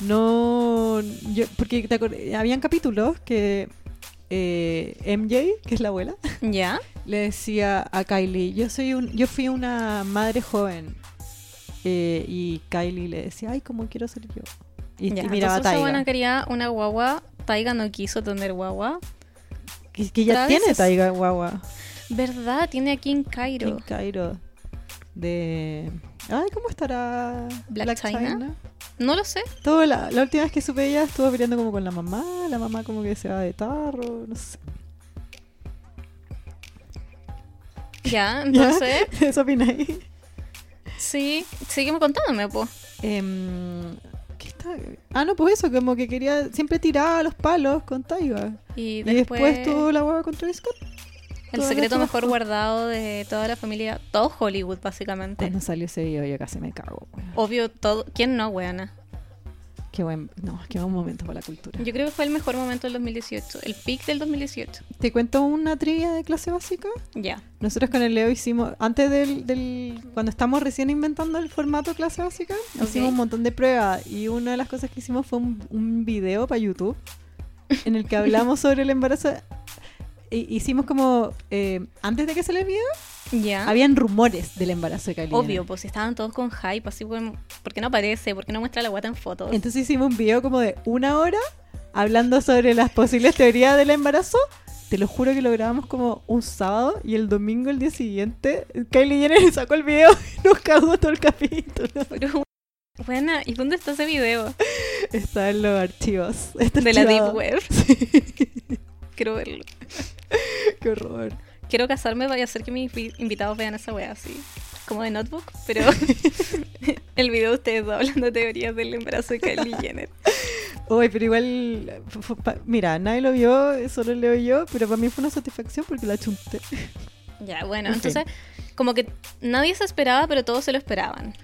No, yo- porque te acor- habían capítulos que eh, MJ, que es la abuela, ¿Ya? le decía a Kylie, yo soy un, yo fui una madre joven. Eh, y Kylie le decía, ay, ¿cómo quiero ser yo? Y, ya. y miraba a Entonces, esa Taiga. buena quería una guagua. Taiga no quiso tener guagua. Que, que ya Travis tiene es- Taiga guagua. ¿Verdad? Tiene aquí en Cairo. En Cairo. De... Ay, ¿cómo estará Black China? No lo sé. Todo la, la última vez que supe ella estuvo peleando como con la mamá, la mamá como que se va de tarro, no sé. Ya, entonces. ¿Eso opináis? sí. Sígueme contándome, po. Em, ¿Qué está? Ah, no, pues eso, como que quería. Siempre tiraba los palos con Taiga. Y Y después, después, tuvo la hueva con Travis Scott. el todo secreto esto- mejor guardado de toda la familia. Todo Hollywood, básicamente. Cuando salió ese video, yo casi me cago. weón. Obvio, todo. ¿Quién no, weana? Qué buen. No, qué buen momento para la cultura. Yo creo que fue el mejor momento del 2018. El pic del 2018. ¿Te cuento una trivia de clase básica? Ya. Nosotros con el Leo hicimos, antes del, del- cuando estamos recién inventando el formato clase básica, Ok. hicimos un montón de pruebas y una de las cosas que hicimos fue un, un video para YouTube en el que hablamos sobre el embarazo. Hi- hicimos como, eh, antes de que se les video, Ya. habían rumores del embarazo de Kalina. Ah. Obvio, pues si estaban todos con hype, así, bueno, ¿por qué no aparece? ¿Por qué no muestra la guata en fotos? Entonces hicimos un video como de una hora hablando sobre las posibles teorías del embarazo. Te lo juro que lo grabamos como un sábado y el domingo, el día siguiente, Kylie Jenner sacó el video y nos cagó todo el capítulo. Pero, buena, ¿y dónde está ese video? Está en los archivos. Está De la archivado. Deep Web. Quiero verlo. Qué horror. Quiero casarme, vaya a ser que mis vi- invitados vean esa wea así. Como de notebook, pero el video de ustedes dos hablando de teorías del embarazo de Kylie Jenner. Uy, pero igual, fu- fu- pa- mira, nadie lo vio, solo leo yo, pero para mí fue una satisfacción porque la chunté. Ya, bueno, En fin. entonces, como que nadie se esperaba, pero todos se lo esperaban.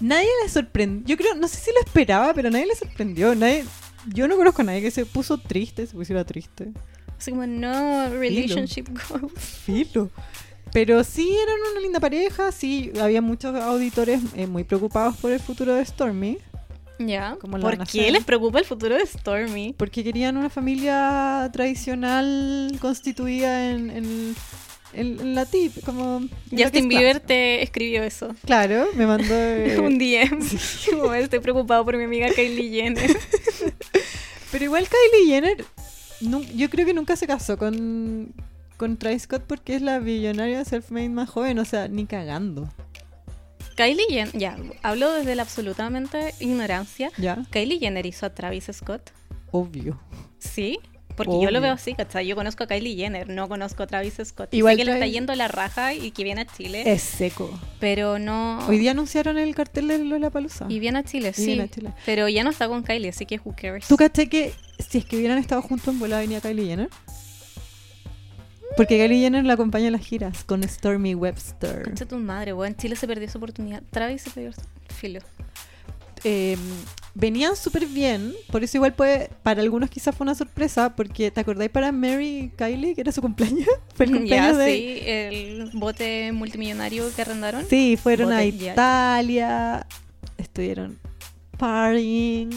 Nadie le sorprendió. Yo creo, no sé si lo esperaba, pero nadie le sorprendió. Nadie, yo no conozco a nadie que se puso triste, se pusiera triste. Así como, no, relationship goals. Filo. Pero sí eran una linda pareja, sí había muchos auditores eh, muy preocupados por el futuro de Stormy, Ya. ¿Cómo la ¿Por van a qué hacer? les preocupa el futuro de Stormy? porque querían una familia tradicional constituida en, en- en- en la tip, como... en lo que Justin es Bieber clásico. te escribió eso. Claro, me mandó... eh, Un DM. Como, estoy preocupado por mi amiga Kylie Jenner. Pero igual Kylie Jenner, nu- yo creo que nunca se casó con, con Travis Scott porque es la billonaria self-made más joven, o sea, ni cagando, Kylie Jenner, ya, hablo desde la absolutamente ignorancia. ¿ya? Kylie Jenner hizo a Travis Scott. Obvio. Sí, Porque yo Obvio. lo veo así, ¿cachai? Yo conozco a Kylie Jenner, no conozco a Travis Scott. Igual Igual que le está Travis- yendo la raja y que viene a Chile, Es seco. pero no... Hoy día anunciaron el cartel de Lollapalooza. Y viene a Chile, sí. viene a Chile. Pero ya no está con Kylie, así que who cares. ¿Tú caché que si es que hubieran estado juntos en vuela venía Kylie Jenner? Porque Kylie Jenner la acompaña en las giras con Stormy Webster. Concha tu madre, weón. Chile se perdió esa oportunidad. Travis se perdió. Filo. Eh, venían súper bien, por eso igual puede, para algunos quizás fue una sorpresa, porque ¿te acordáis para Mary Kylie, que era su cumpleaños? Fue el Ya, cumpleaños de... sí. El bote multimillonario que arrendaron. Sí, fueron a Botes ya. Italia, estuvieron partying.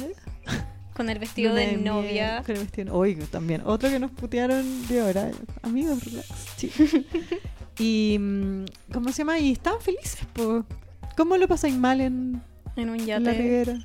Con el vestido luna de miel, novia. con el vestido de no- Oye, también. Otro que nos putearon de ahora. Amigos, relax, chill. y. mm, ¿Cómo se llama? Y estaban felices, po. ¿Cómo lo pasáis mal en, En un en la yate. ribera?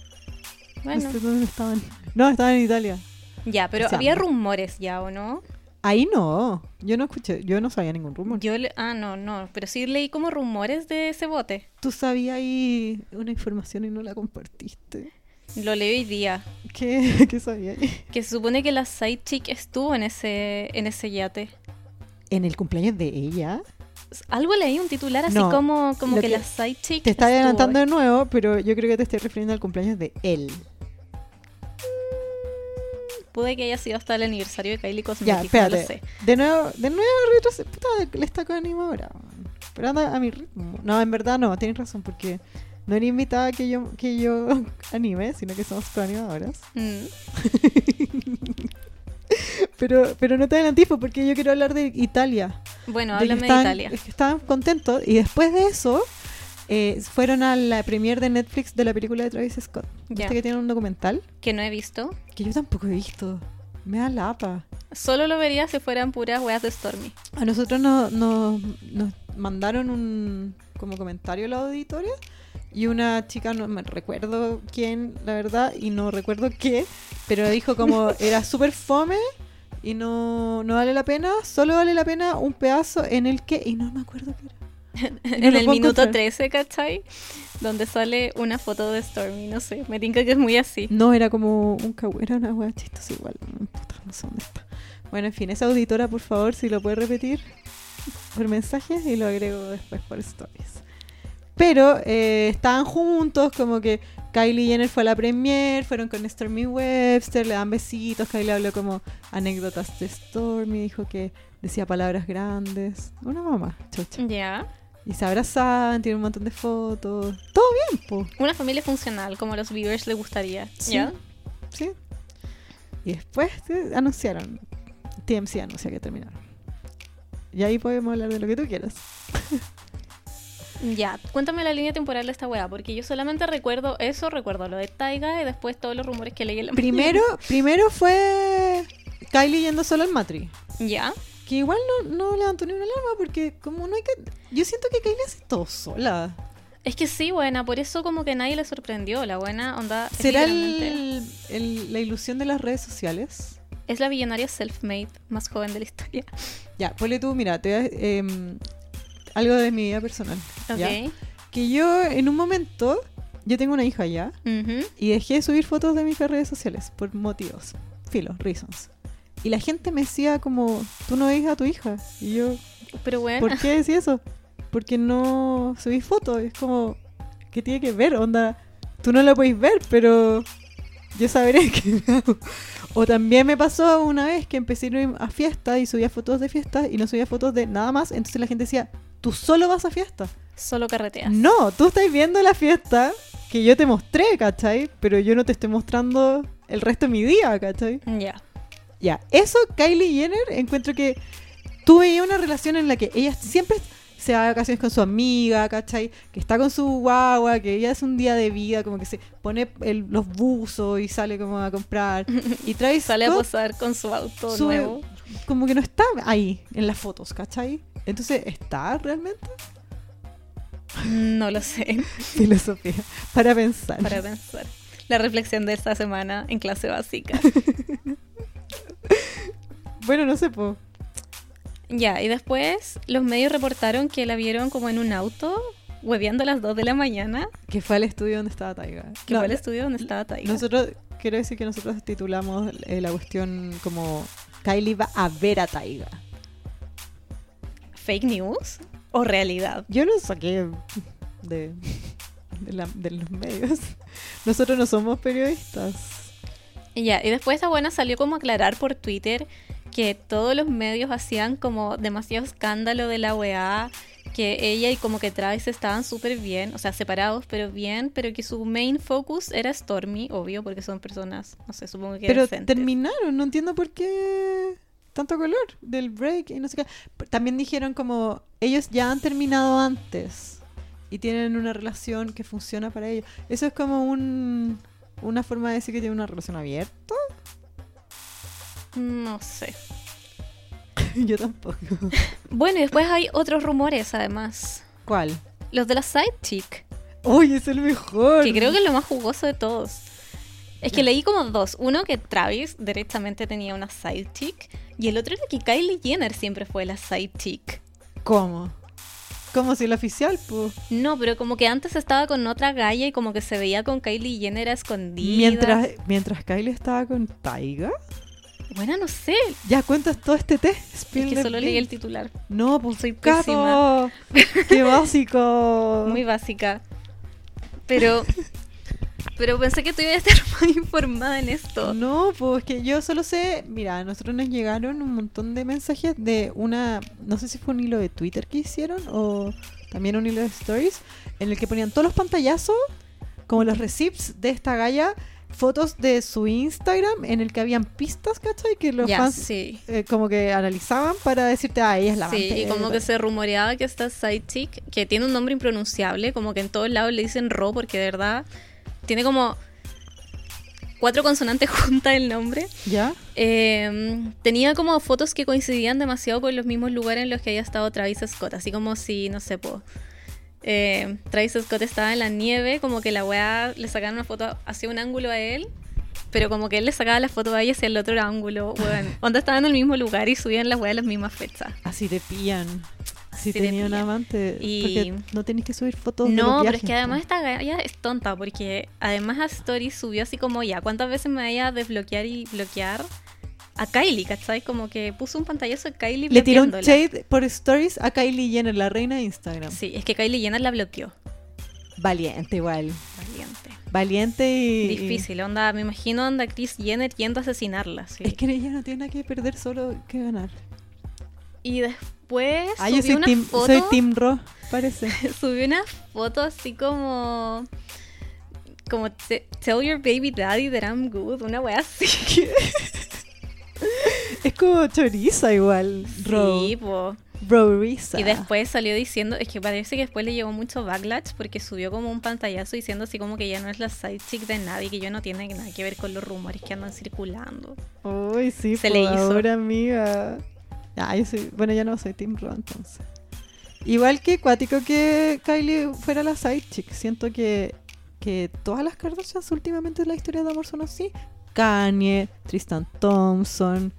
Bueno, No sé dónde estaban. No, estaban en Italia. ya, pero Se había ama. rumores ya, ¿o no? Ahí no. Yo no escuché. Yo no sabía ningún rumor. Yo le- Ah, no, no. Pero sí leí como rumores de ese bote. Tú sabías ahí una información y no la compartiste. Lo leí hoy día. ¿Qué, ¿Qué sabías? Que se supone que la side chick estuvo en ese, en ese yate. En el cumpleaños de ella. Algo leí un titular así No, como, como lo que, que- la side chick. Te está estuvo. adelantando de nuevo, pero yo creo que te estoy refiriendo al cumpleaños de él. Pude que haya sido hasta el aniversario de Kylie Ya, Cosmetics, no espérate. lo sé. De nuevo, de nuevo retro- Puta, le está con ahora. weón. Pero anda a mi ritmo. No, en verdad no, tienes razón, porque no era invitada que yo, que yo anime, sino que somos coanimadoras. Mm. Pero, pero no te adelantís, pues, porque yo quiero hablar de Italia. Bueno, de que este háblame de, estaban- Italia. es que estaban contentos. Y después de eso, eh, fueron a la premier de Netflix de la película de Travis Scott. ¿Viste Ya, que tiene un documental? que no he visto. Que yo tampoco he visto. Me da lata. Solo lo vería si fueran puras weas de Stormy. A nosotros no- no- nos mandaron un como comentario la auditoria y una chica, no me recuerdo quién, la verdad, y no recuerdo qué, pero dijo como era súper fome y no, no vale la pena, solo vale la pena un pedazo en el que, y no me acuerdo qué era. Y no en lo el puedo minuto encontrar. 13, ¿cachai? Donde sale una foto de Stormy, no sé. Me tinca que es muy así. No, era como un cagüe, era una wea chistosa igual, puta, no sé dónde está. Bueno, en fin, esa auditora, por favor, si lo puede repetir por mensajes y lo agrego después por stories. Pero eh, estaban juntos, como que Kylie Jenner fue a la premiere, fueron con Stormy Webster, le dan besitos, Kylie habló como anécdotas de Stormy, dijo que decía palabras grandes, una mamá, Mm. chocha. Ya. Y se abrazaban, tienen un montón de fotos, todo bien, po. Una familia funcional, como a los viewers les gustaría. Sí. ¿Ya? Sí. Y después eh, anunciaron. TMC anuncia que terminaron. Y ahí podemos hablar de lo que tú quieras. Ya. Cuéntame la línea temporal de esta wea, porque yo solamente recuerdo eso, recuerdo lo de Taiga y después todos los rumores que leí en la Primero, primero fue Kylie yendo solo al Matri. Ya. Que igual no, no levantó ni una alarma porque como no hay que... Yo siento que Kylie hace todo sola. Es que sí, buena, por eso como que nadie le sorprendió. La buena onda. es ¿Será literalmente- el- el- la ilusión de las redes sociales? Es la billonaria self-made más joven de la historia. Ya, ponle tú, mira, te voy a- em, algo de mi vida personal. Ok. ¿ya? Que yo en un momento, yo tengo una hija ya, Ujú. Y dejé de subir fotos de mis redes sociales por motivos. Filo, reasons. Y la gente me decía como, tú no ves a tu hija. Y yo, Pero bueno. ¿por qué decís eso? Porque no subís fotos. Es como, ¿qué tiene que ver? Onda, tú no la podéis ver, pero yo sabré que O también me pasó una vez que empecé a ir a fiestas y subía fotos de fiestas y no subía fotos de nada más. Entonces la gente decía, tú solo vas a fiestas. Solo carreteas. No, tú estás viendo la fiesta que yo te mostré, ¿cachai? Pero yo no te estoy mostrando el resto de mi día, ¿cachai? Ya. Ya, eso Kylie Jenner encuentro que tuve una relación en la que ella siempre se va de vacaciones con su amiga, ¿cachai? Que está con su guagua, que ella es un día de vida, como que se pone el- los buzos y sale como a comprar. Y Travis Sale a Scott- posar con su auto sube- nuevo. como que no está ahí en las fotos, ¿cachai? Entonces, ¿está realmente? No lo sé, Filosofía, para pensar. para pensar. La reflexión de esta semana en clase básica. Bueno, no sé, po. ya, y después los medios reportaron que la vieron como en un auto, hueveando a las 2 de la mañana, Que fue al estudio donde estaba Taiga. que No, fue al estudio donde estaba Taiga. Nosotros, quiero decir que nosotros titulamos eh, la cuestión como Kylie va a ver a Taiga. ¿Fake news o realidad? Yo lo saqué de, de la- de los medios. Nosotros no somos periodistas. Y Ya, y después esta buena salió como a aclarar por Twitter que todos los medios hacían como demasiado escándalo de la OEA, que ella y como que Travis estaban súper bien, o sea, separados, pero bien, pero que su main focus era Stormy, obvio, porque son personas, no sé, supongo que Pero decentes. terminaron, no entiendo por qué tanto color del break y no sé qué. P- También dijeron como ellos ya han terminado antes y tienen una relación que funciona para ellos. Eso es como un, una forma de decir que tienen una relación abierta. No sé. Yo tampoco. Bueno, y después hay otros rumores además. ¿Cuál? Los de la sidechick, ¡Uy, es el mejor! que creo que es lo más jugoso de todos. Es que leí como dos. Uno que Travis directamente tenía una sidechick y el otro era que Kylie Jenner siempre fue la sidechick. ¿Cómo? ¿Cómo si el oficial, pues? No, pero como que antes estaba con otra galla y como que se veía con Kylie Jenner a escondidas. Mientras, mientras Kylie estaba con Taiga. Bueno, no sé. Ya cuentas todo este té. Es Spill que the solo leí el beans. titular. No, pues Soy capo. Qué básico. Muy básica. Pero. Pero pensé que tú ibas a estar más informada en esto. No, pues que yo solo sé, mira, a nosotros nos llegaron un montón de mensajes de una, no sé si fue un hilo de Twitter que hicieron o también un hilo de stories, en el que ponían todos los pantallazos, como los receipts de esta galla, fotos de su Instagram, en el que habían pistas, ¿cachai? Que los ya, fans sí. eh, como que analizaban para decirte, ah, ella es la Sí, y bandera, como tal. que se rumoreaba que esta sidechick, que tiene un nombre impronunciable, como que en todos lados le dicen Ro, porque de verdad tiene como cuatro consonantes juntas el nombre. ¿Ya? Eh, tenía como fotos que coincidían demasiado con los mismos lugares en los que había estado Travis Scott, así como si, no sé, po, eh, Travis Scott estaba en la nieve, como que la weá le sacaban una foto hacia un ángulo a él, pero como que él le sacaba la foto a ella hacia el otro ángulo, weón. Onda estaban en el mismo lugar y subían las weas a las mismas fechas. Así te pillan. Si Así te tenía un pillan. amante, Y- porque no tenés que subir fotos de los No, pero viajes, pues. es que po. además esta galla es tonta, porque además a Story subió así como ya, ¿cuántas veces me vaya a desbloquear y bloquear? A Kylie, ¿cachai? Como que puso un pantallazo de Kylie Le tiró un bloqueándola. shade por stories a Kylie Jenner, la reina de Instagram. Sí, es que Kylie Jenner la bloqueó. Valiente igual. Valiente. Valiente y... Difícil, onda, me imagino onda Chris Jenner yendo a asesinarla. sí. Es que ella no tiene nada que perder, solo que ganar. Y después Ah, yo subí soy una team, foto. soy team Ro, parece. subí una foto así como. Como te- Tell Your Baby Daddy that I'm good, una wea así. es como choriza igual, Ro. Sí, po. Roriza. Y después salió diciendo, es que parece que después le llegó mucho backlash porque subió como un pantallazo diciendo así como que ya no es la side chick de nadie, que ya no tiene nada que ver con los rumores que andan circulando. Uy, sí, Se po, le hizo. ahora amiga. Ah, yo soy, bueno, yo no soy Team Ro entonces. Igual que cuático que Kylie fuera la side chick. Siento que, que todas las Kardashians últimamente de la historia de amor son así. Kanye, Tristan Thompson.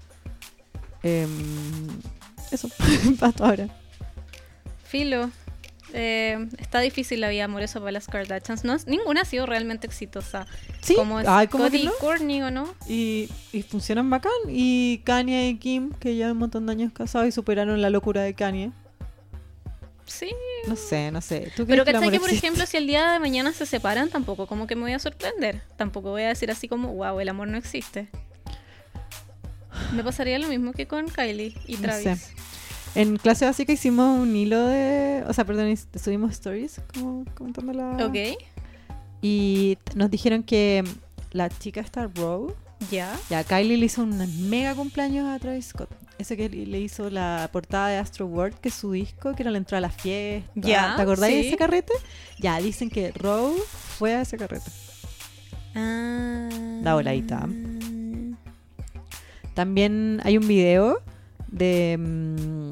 em, eso, hasta ahora. Filo. eh, está difícil la vida amorosa para las Kardashians. No, ninguna ha sido realmente exitosa. Sí, Como ay, ¿cómo que Scott y no? Kourtney, ¿o no? Y, y funcionan bacán. Y Kanye y Kim, que ya un montón de años casados y superaron la locura de Kanye. Sí. No sé, no sé. ¿Tú Pero crees el ¿cachai amor que, por existe? ejemplo, si el día de mañana se separan, tampoco como que me voy a sorprender. Tampoco voy a decir así como, wow, el amor no existe. Me pasaría lo mismo que con Kylie y No Travis. sé. En clase básica hicimos un hilo de. O sea, perdón, his- subimos stories, como comentando la. Ok, Y t- nos dijeron que mm, la chica esta, Row, ya. ya Kylie le hizo un mega cumpleaños a Travis Scott. Ese que le le hizo la portada de Astro World, que es su disco, que era la entrada a la fiesta. Ya, ¿Te acordáis de sí. ese carrete? Ya, dicen que Row fue a ese carrete. Ah. Da voladita. También hay un video de, mm,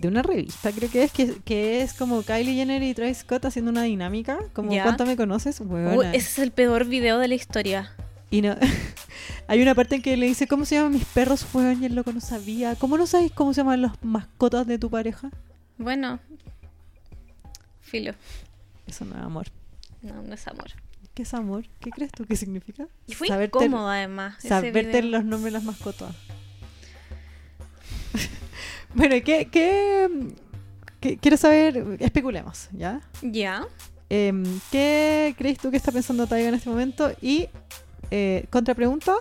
de una revista, creo que es, que, que es como Kylie Jenner y Travis Scott haciendo una dinámica, como Ya. ¿cuánto me conoces? Huevona. Uy, ese es el peor video de la historia. Y no- hay una parte en que le dice, ¿cómo se llaman mis perros? Huevón, y él loco no sabía. ¿Cómo no sabes cómo se llaman las mascotas de tu pareja? Bueno. Filo. Eso no es amor. No, no es amor. ¿Qué es amor? ¿Qué crees tú que significa? Y fue Saberte- incómodo además. ese Saberte video. los nombres de las mascotas. Bueno, ¿y ¿qué, qué, qué- quiero saber? Especulemos, ¿ya? Ya. Em, ¿Qué crees tú que está pensando Taiga en este momento? Y, eh, contrapregunta,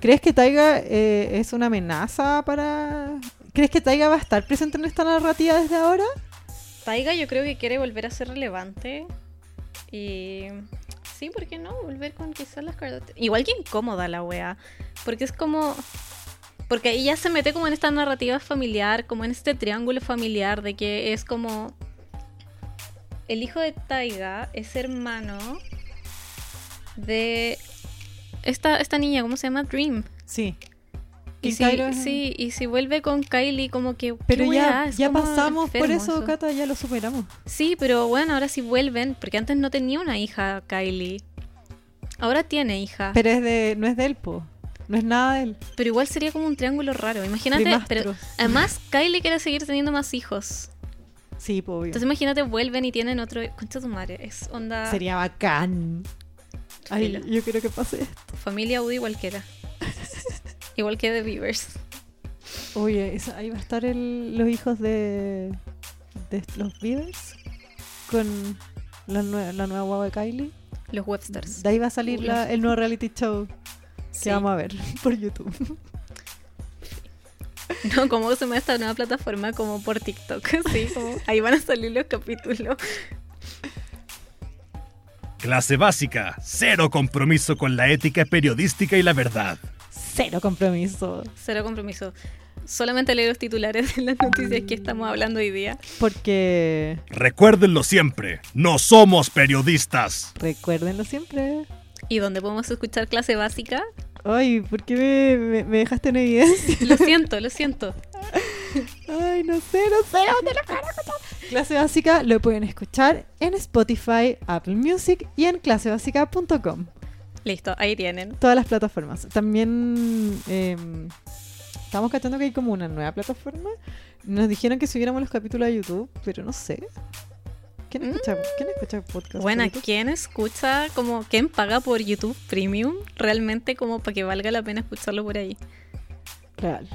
¿crees que Taiga eh, es una amenaza para... ¿Crees que Taiga va a estar presente en esta narrativa desde ahora? Taiga yo creo que quiere volver a ser relevante. Y sí, ¿por qué no? Volver con quizás las cartas. Igual que incómoda la wea. Porque es como... Porque ahí ya se mete como en esta narrativa familiar, como en este triángulo familiar de que es como... El hijo de Taiga es hermano de... Esta, esta niña, ¿cómo se llama? Dream. Sí. Y Que si, Kylo es- sí, y si vuelve con Kylie, como que... ¿qué Pero weá? ya, Es ya como pasamos por enfermo eso, Cata, ya lo superamos. Sí, pero bueno, ahora sí vuelven, porque antes no tenía una hija Kylie. Ahora tiene hija. Pero, Pero es de, no es de él, po. No es nada de él. igual sería como un triángulo raro. Imagínate, Trimastro. pero además Kylie quiere seguir teniendo más hijos. Sí, po, obvio. Entonces imagínate, vuelven y tienen otro. Concha tu madre, es onda Sería bacán. Ay, Filo. yo quiero que pase esto. familia Woody igual que era. igual que The Beavers. Oye, esa- ahí va a estar el- los hijos de, de los Beavers con la, nue- la nueva guagua de Kylie. Los Websters. De ahí va a salir Uy, la- los- el nuevo reality show Sí. que vamos a ver por YouTube. No, como se me esta nueva plataforma como por TikTok. Sí, como ahí van a salir los capítulos. Clase básica, cero compromiso con la ética periodística y la verdad. Cero compromiso. Cero compromiso. Solamente leer los titulares de las noticias que estamos hablando hoy día. Porque Recuérdenlo siempre, no somos periodistas. recuérdenlo siempre. ¿Y dónde podemos escuchar clase básica? Ay, ¿por qué me, me- me dejaste en evidencia? Lo siento, lo siento. Ay, no sé, no sé, no te lo puedo escuchar. Clase Básica lo pueden escuchar en Spotify, Apple Music y en clasebásica.com. Listo, ahí tienen. Todas las plataformas. También eh, estamos cachando que hay como una nueva plataforma. Nos dijeron que subiéramos los capítulos a YouTube, pero no sé. ¿Quién escucha, ¿quién escucha podcast? por Bueno, YouTube? ¿quién escucha, como, quién paga por YouTube Premium? Realmente como para que valga la pena escucharlo por ahí. Real.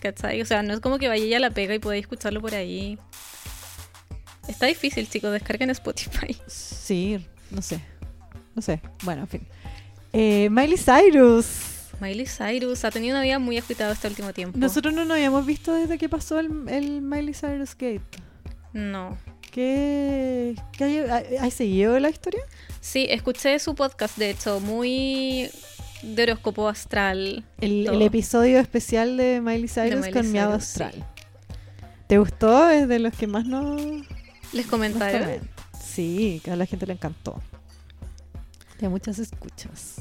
¿Cachai? O sea, no es como que vaya y a la pega y podáis escucharlo por ahí. Está difícil, chicos, descarguen Spotify. Sí, no sé. No sé. Bueno, en fin. Eh, Miley Cyrus. Miley Cyrus ha tenido una vida muy agitada este último tiempo. Nosotros no nos habíamos visto desde que pasó el, el Miley Cyrus Gate. No. ¿Qué, qué hay, hay- hay seguido la historia? Sí, escuché su podcast, de hecho, muy de horóscopo astral. El, Todo. el episodio especial de Miley Cyrus Miley con Miau Cyrus, Astral. ¿Te gustó? Es de los que más nos, nos Les comentaron. comenta. Sí, que a la gente le encantó. De muchas escuchas.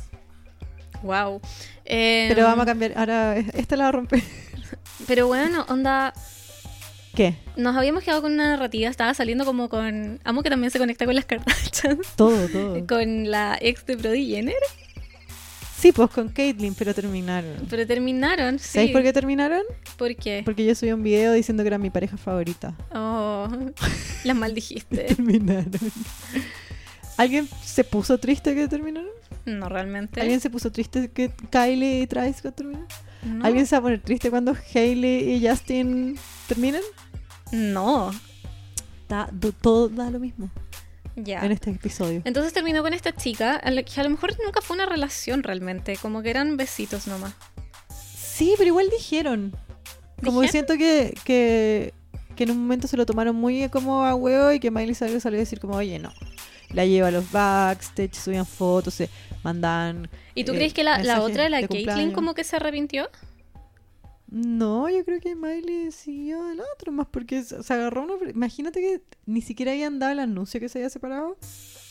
Wow. Em, Pero vamos a cambiar. Ahora, eh, esta la va a romper. Pero bueno, onda, ¿Qué? nos habíamos quedado con una narrativa, estaba saliendo como con... Amo que también se conecta con las Kardashians, Todo, todo. con la ex de Brody Jenner, Sí, pues con Caitlyn, pero terminaron. pero terminaron, sí. Eh. ¿Sabéis por qué terminaron? ¿Por qué? Porque yo subí un video diciendo que era mi pareja favorita. Oh, las maldijiste. terminaron. ¿Alguien se puso triste que terminaron? No, realmente. ¿Alguien se puso triste que Kylie y Travis que terminaron? No. ¿Alguien se va a poner triste cuando Hailey y Justin terminan? No, Da- do- todo da lo mismo ya. en este episodio. Entonces terminó con esta chica, a la que a lo mejor nunca fue una relación realmente, como que eran besitos nomás. Sí, pero igual dijeron. Como ¿Dijeron? que siento que, que, que en un momento se lo tomaron muy como a huevo y que Miley Cyrus salió a decir como, oye, no. La lleva a los backstage, subían fotos, se mandan... ¿Y tú eh, crees que la, la mensajes otra, la de Caitlyn, cumpleaños. como que se arrepintió? No, yo creo que Miley siguió al otro más porque se se agarró uno. Imagínate que ni siquiera habían dado el anuncio que se había separado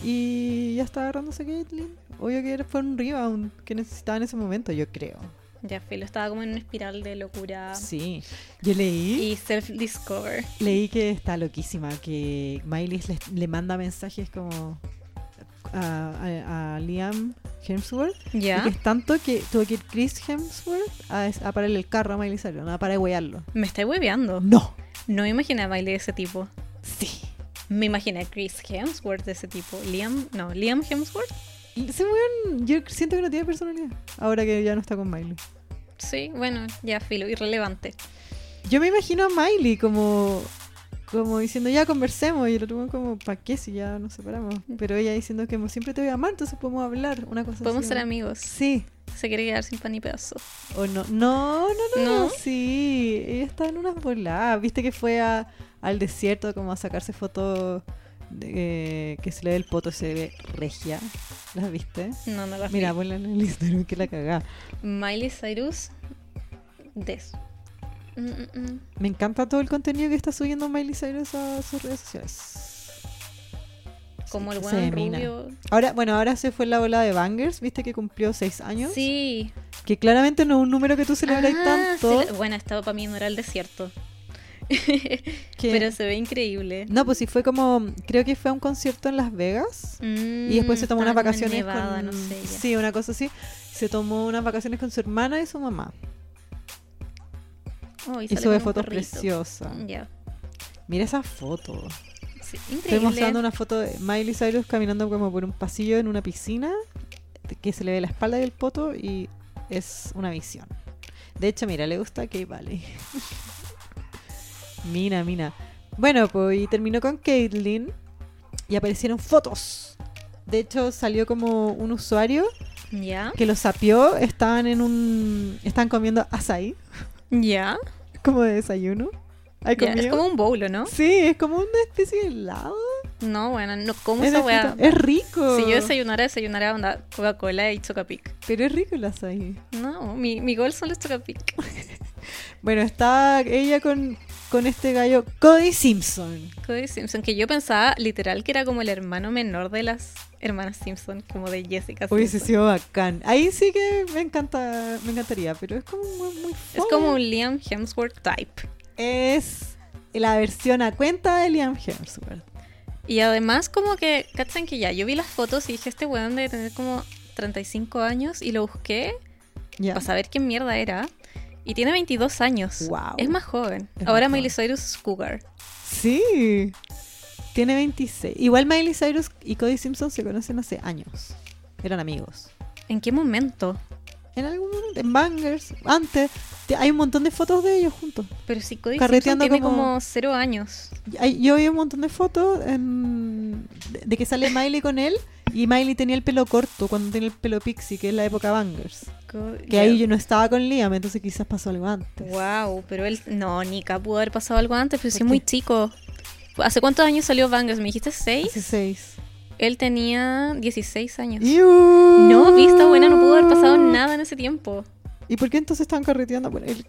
y ya estaba agarrándose a Caitlyn. Obvio que era- fue un rebound que necesitaba en ese momento, yo creo. Ya, Filo, estaba como en una espiral de locura Sí. Yo leí, y self-discover. leí que está loquísima, que Miley le, le manda mensajes como a, a- a Liam Hemsworth. Ya. Y que es tanto que tuvo que ir Chris Hemsworth a, a pararle el carro a Miley Cyrus, nada para huearlo. Me está hueveando. No. No me imaginé a Miley de ese tipo. Sí. Me imaginé a Chris Hemsworth de ese tipo. Liam, no, Liam Hemsworth. Ese weón, yo siento que no tiene personalidad. Ahora que ya no está con Miley. Sí, bueno, ya filo, irrelevante. Yo me imagino a Miley como, como diciendo, ya conversemos. Y el otro weón como, ¿para qué si ya nos separamos? Pero ella diciendo que "Mo- siempre te voy a amar, entonces podemos hablar. Una cosa Podemos así, ser ¿no? amigos. Sí. Se quiere quedar sin pan y pedazo. O no. No, no, no. ¿No? Sí. Ella está en unas voladas. Viste que fue a- al desierto como a sacarse fotos de- eh, que se le ve el poto, se ve regia. ¿Las viste? No, no lo Mira, Mira, ponla en el Instagram que la cagá. Miley Cyrus. Des. Mm, mm, mm. Me encanta todo el contenido que está subiendo Miley Cyrus a sus redes sociales. Como Sí, el se buen mina. rubio. Ahora, bueno, ahora se fue la bola de Bangers, viste que cumplió seis años. Sí. Que claramente no es un número que tú celebras Ah, tanto. sí, bueno, estaba para mí no era el desierto. que- Pero se ve increíble. No, pues sí fue como, creo que fue a un concierto en Las Vegas. Y Mm, después se tomó unas vacaciones Nevada, con... no sé. ya. Sí, una cosa así. Se tomó unas vacaciones con su hermana y su mamá. Oh, sale Y con sube un fotos perrito. Mm, preciosas. Ya. Mira esa foto. Sí, Estoy mostrando increíble. una foto de Miley Cyrus caminando como por un pasillo en una piscina que se le ve la espalda y el poto y es una visión. De hecho, mira, le gusta Kate Valley. mina, mina. Bueno, pues y terminó con Caitlyn y aparecieron fotos. De hecho, salió como un usuario Ya. que los sapió, estaban en un estaban comiendo azaí Ya. como de desayuno. ¿Hay Ya, Es comido? como un bolo, ¿no? Sí, es como una especie de helado. No, bueno, no como Es, esa distinto. weá. Es rico. Si yo desayunara, desayunara onda Coca-Cola y Chocapic. Pero es rico el azaí. No, mi, mi gol son los Chocapic. Bueno, está ella con, con este gallo Cody Simpson. Cody Simpson, que yo pensaba literal que era como el hermano menor de las hermanas Simpson, como de Jessica Simpson. Hubiese sido bacán. Ahí sí que me encanta, me encantaría, pero es como muy, muy Es fome. como un Liam Hemsworth type. es la versión a cuenta de Liam Hemsworth. Y además como que, ¿cachan que ya? Yo vi las fotos y dije, este weón debe tener como 35 años y lo busqué Ya. para saber qué mierda era. Y tiene 22 años. Guau. Es más joven. Es más Ahora joven. Miley Cyrus es cougar. Sí. Tiene 26. Igual Miley Cyrus y Cody Simpson se conocen hace años. Eran amigos. ¿En qué momento? En algún momento, en Bangers, antes. Te- Hay un montón de fotos de ellos juntos. Pero si Cody Simpson Carreteando tiene como- como 0 años. Ay, Yo vi un montón de fotos en- de, de que sale Miley con él y Miley tenía el pelo corto cuando tenía el pelo pixie, que es la época Bangers. Co- Que ahí yo no estaba con Liam, entonces quizás pasó algo antes. Wow, pero él. No, Nika, pudo haber pasado algo antes, pero sí ¿Por muy qué? chico. ¿Hace cuántos años salió Bangers? ¿Me dijiste 6? 16. Él tenía 16 años. No, No, vista buena, no pudo haber pasado nada en ese tiempo. ¿Y por qué entonces están carreteando por él?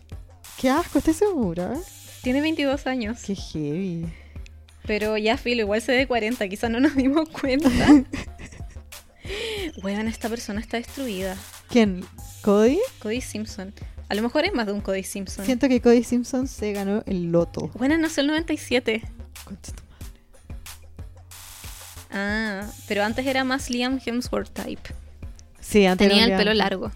Qué asco, ¿estás segura? Tiene 22 años. Qué heavy. Pero ya, Filo, igual se dé 40, quizás no nos dimos cuenta. Weón, esta persona está destruida. ¿Quién? ¿Cody? Cody Simpson. A lo mejor es más de un Cody Simpson. Siento que Cody Simpson se ganó el loto. Bueno, nació el 97. Concha tu madre. Ah, pero antes era más Liam Hemsworth type. Sí, antes Tenía era el pelo Liam. largo.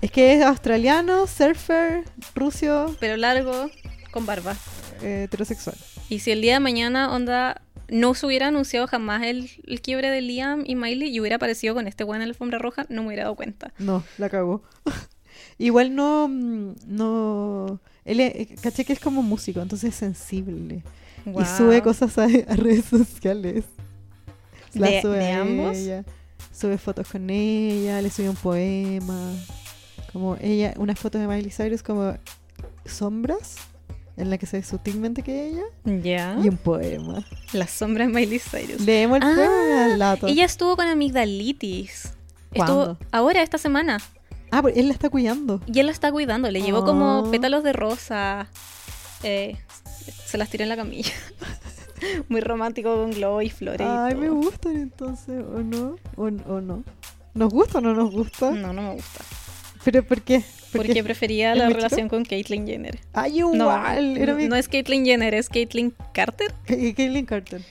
Es que es australiano, surfer, ruso, Pelo largo, con barba. eh, heterosexual. Y si el día de mañana, onda, no se hubiera anunciado jamás el, el quiebre de Liam y Miley y hubiera aparecido con este weón en la alfombra roja, no me hubiera dado cuenta. No, la cagó. Igual no, mm, no, él es- eh, caché que es como músico, entonces es sensible y sube cosas a, a redes sociales. La ¿De- sube de a ambos? ella, sube fotos con ella, le sube un poema, como ella, unas fotos de Miley Cyrus como sombras en la que se ve sutilmente que ella Ya. y un poema. La sombra de Miley Cyrus. Leemos el Ah, poema al lado. Ella estuvo con amigdalitis. ¿Cuándo? Estuvo ahora, esta semana. Ah, pero él la está cuidando. Y él la está cuidando. Le llevó Oh. como pétalos de rosa. Eh, se las tiró en la camilla. Muy romántico con globo y flores. y Ay, me todo. gustan entonces, ¿o no? ¿O, o no? ¿Nos gusta o no nos gusta? No, no me gusta. ¿Pero por qué? Porque, Porque- prefería ¿Es la muy chico? relación con Caitlyn Jenner. Ay, No, igual. era mi... no es Caitlyn Jenner, es Caitlyn Carter. K- Caitlyn Carter.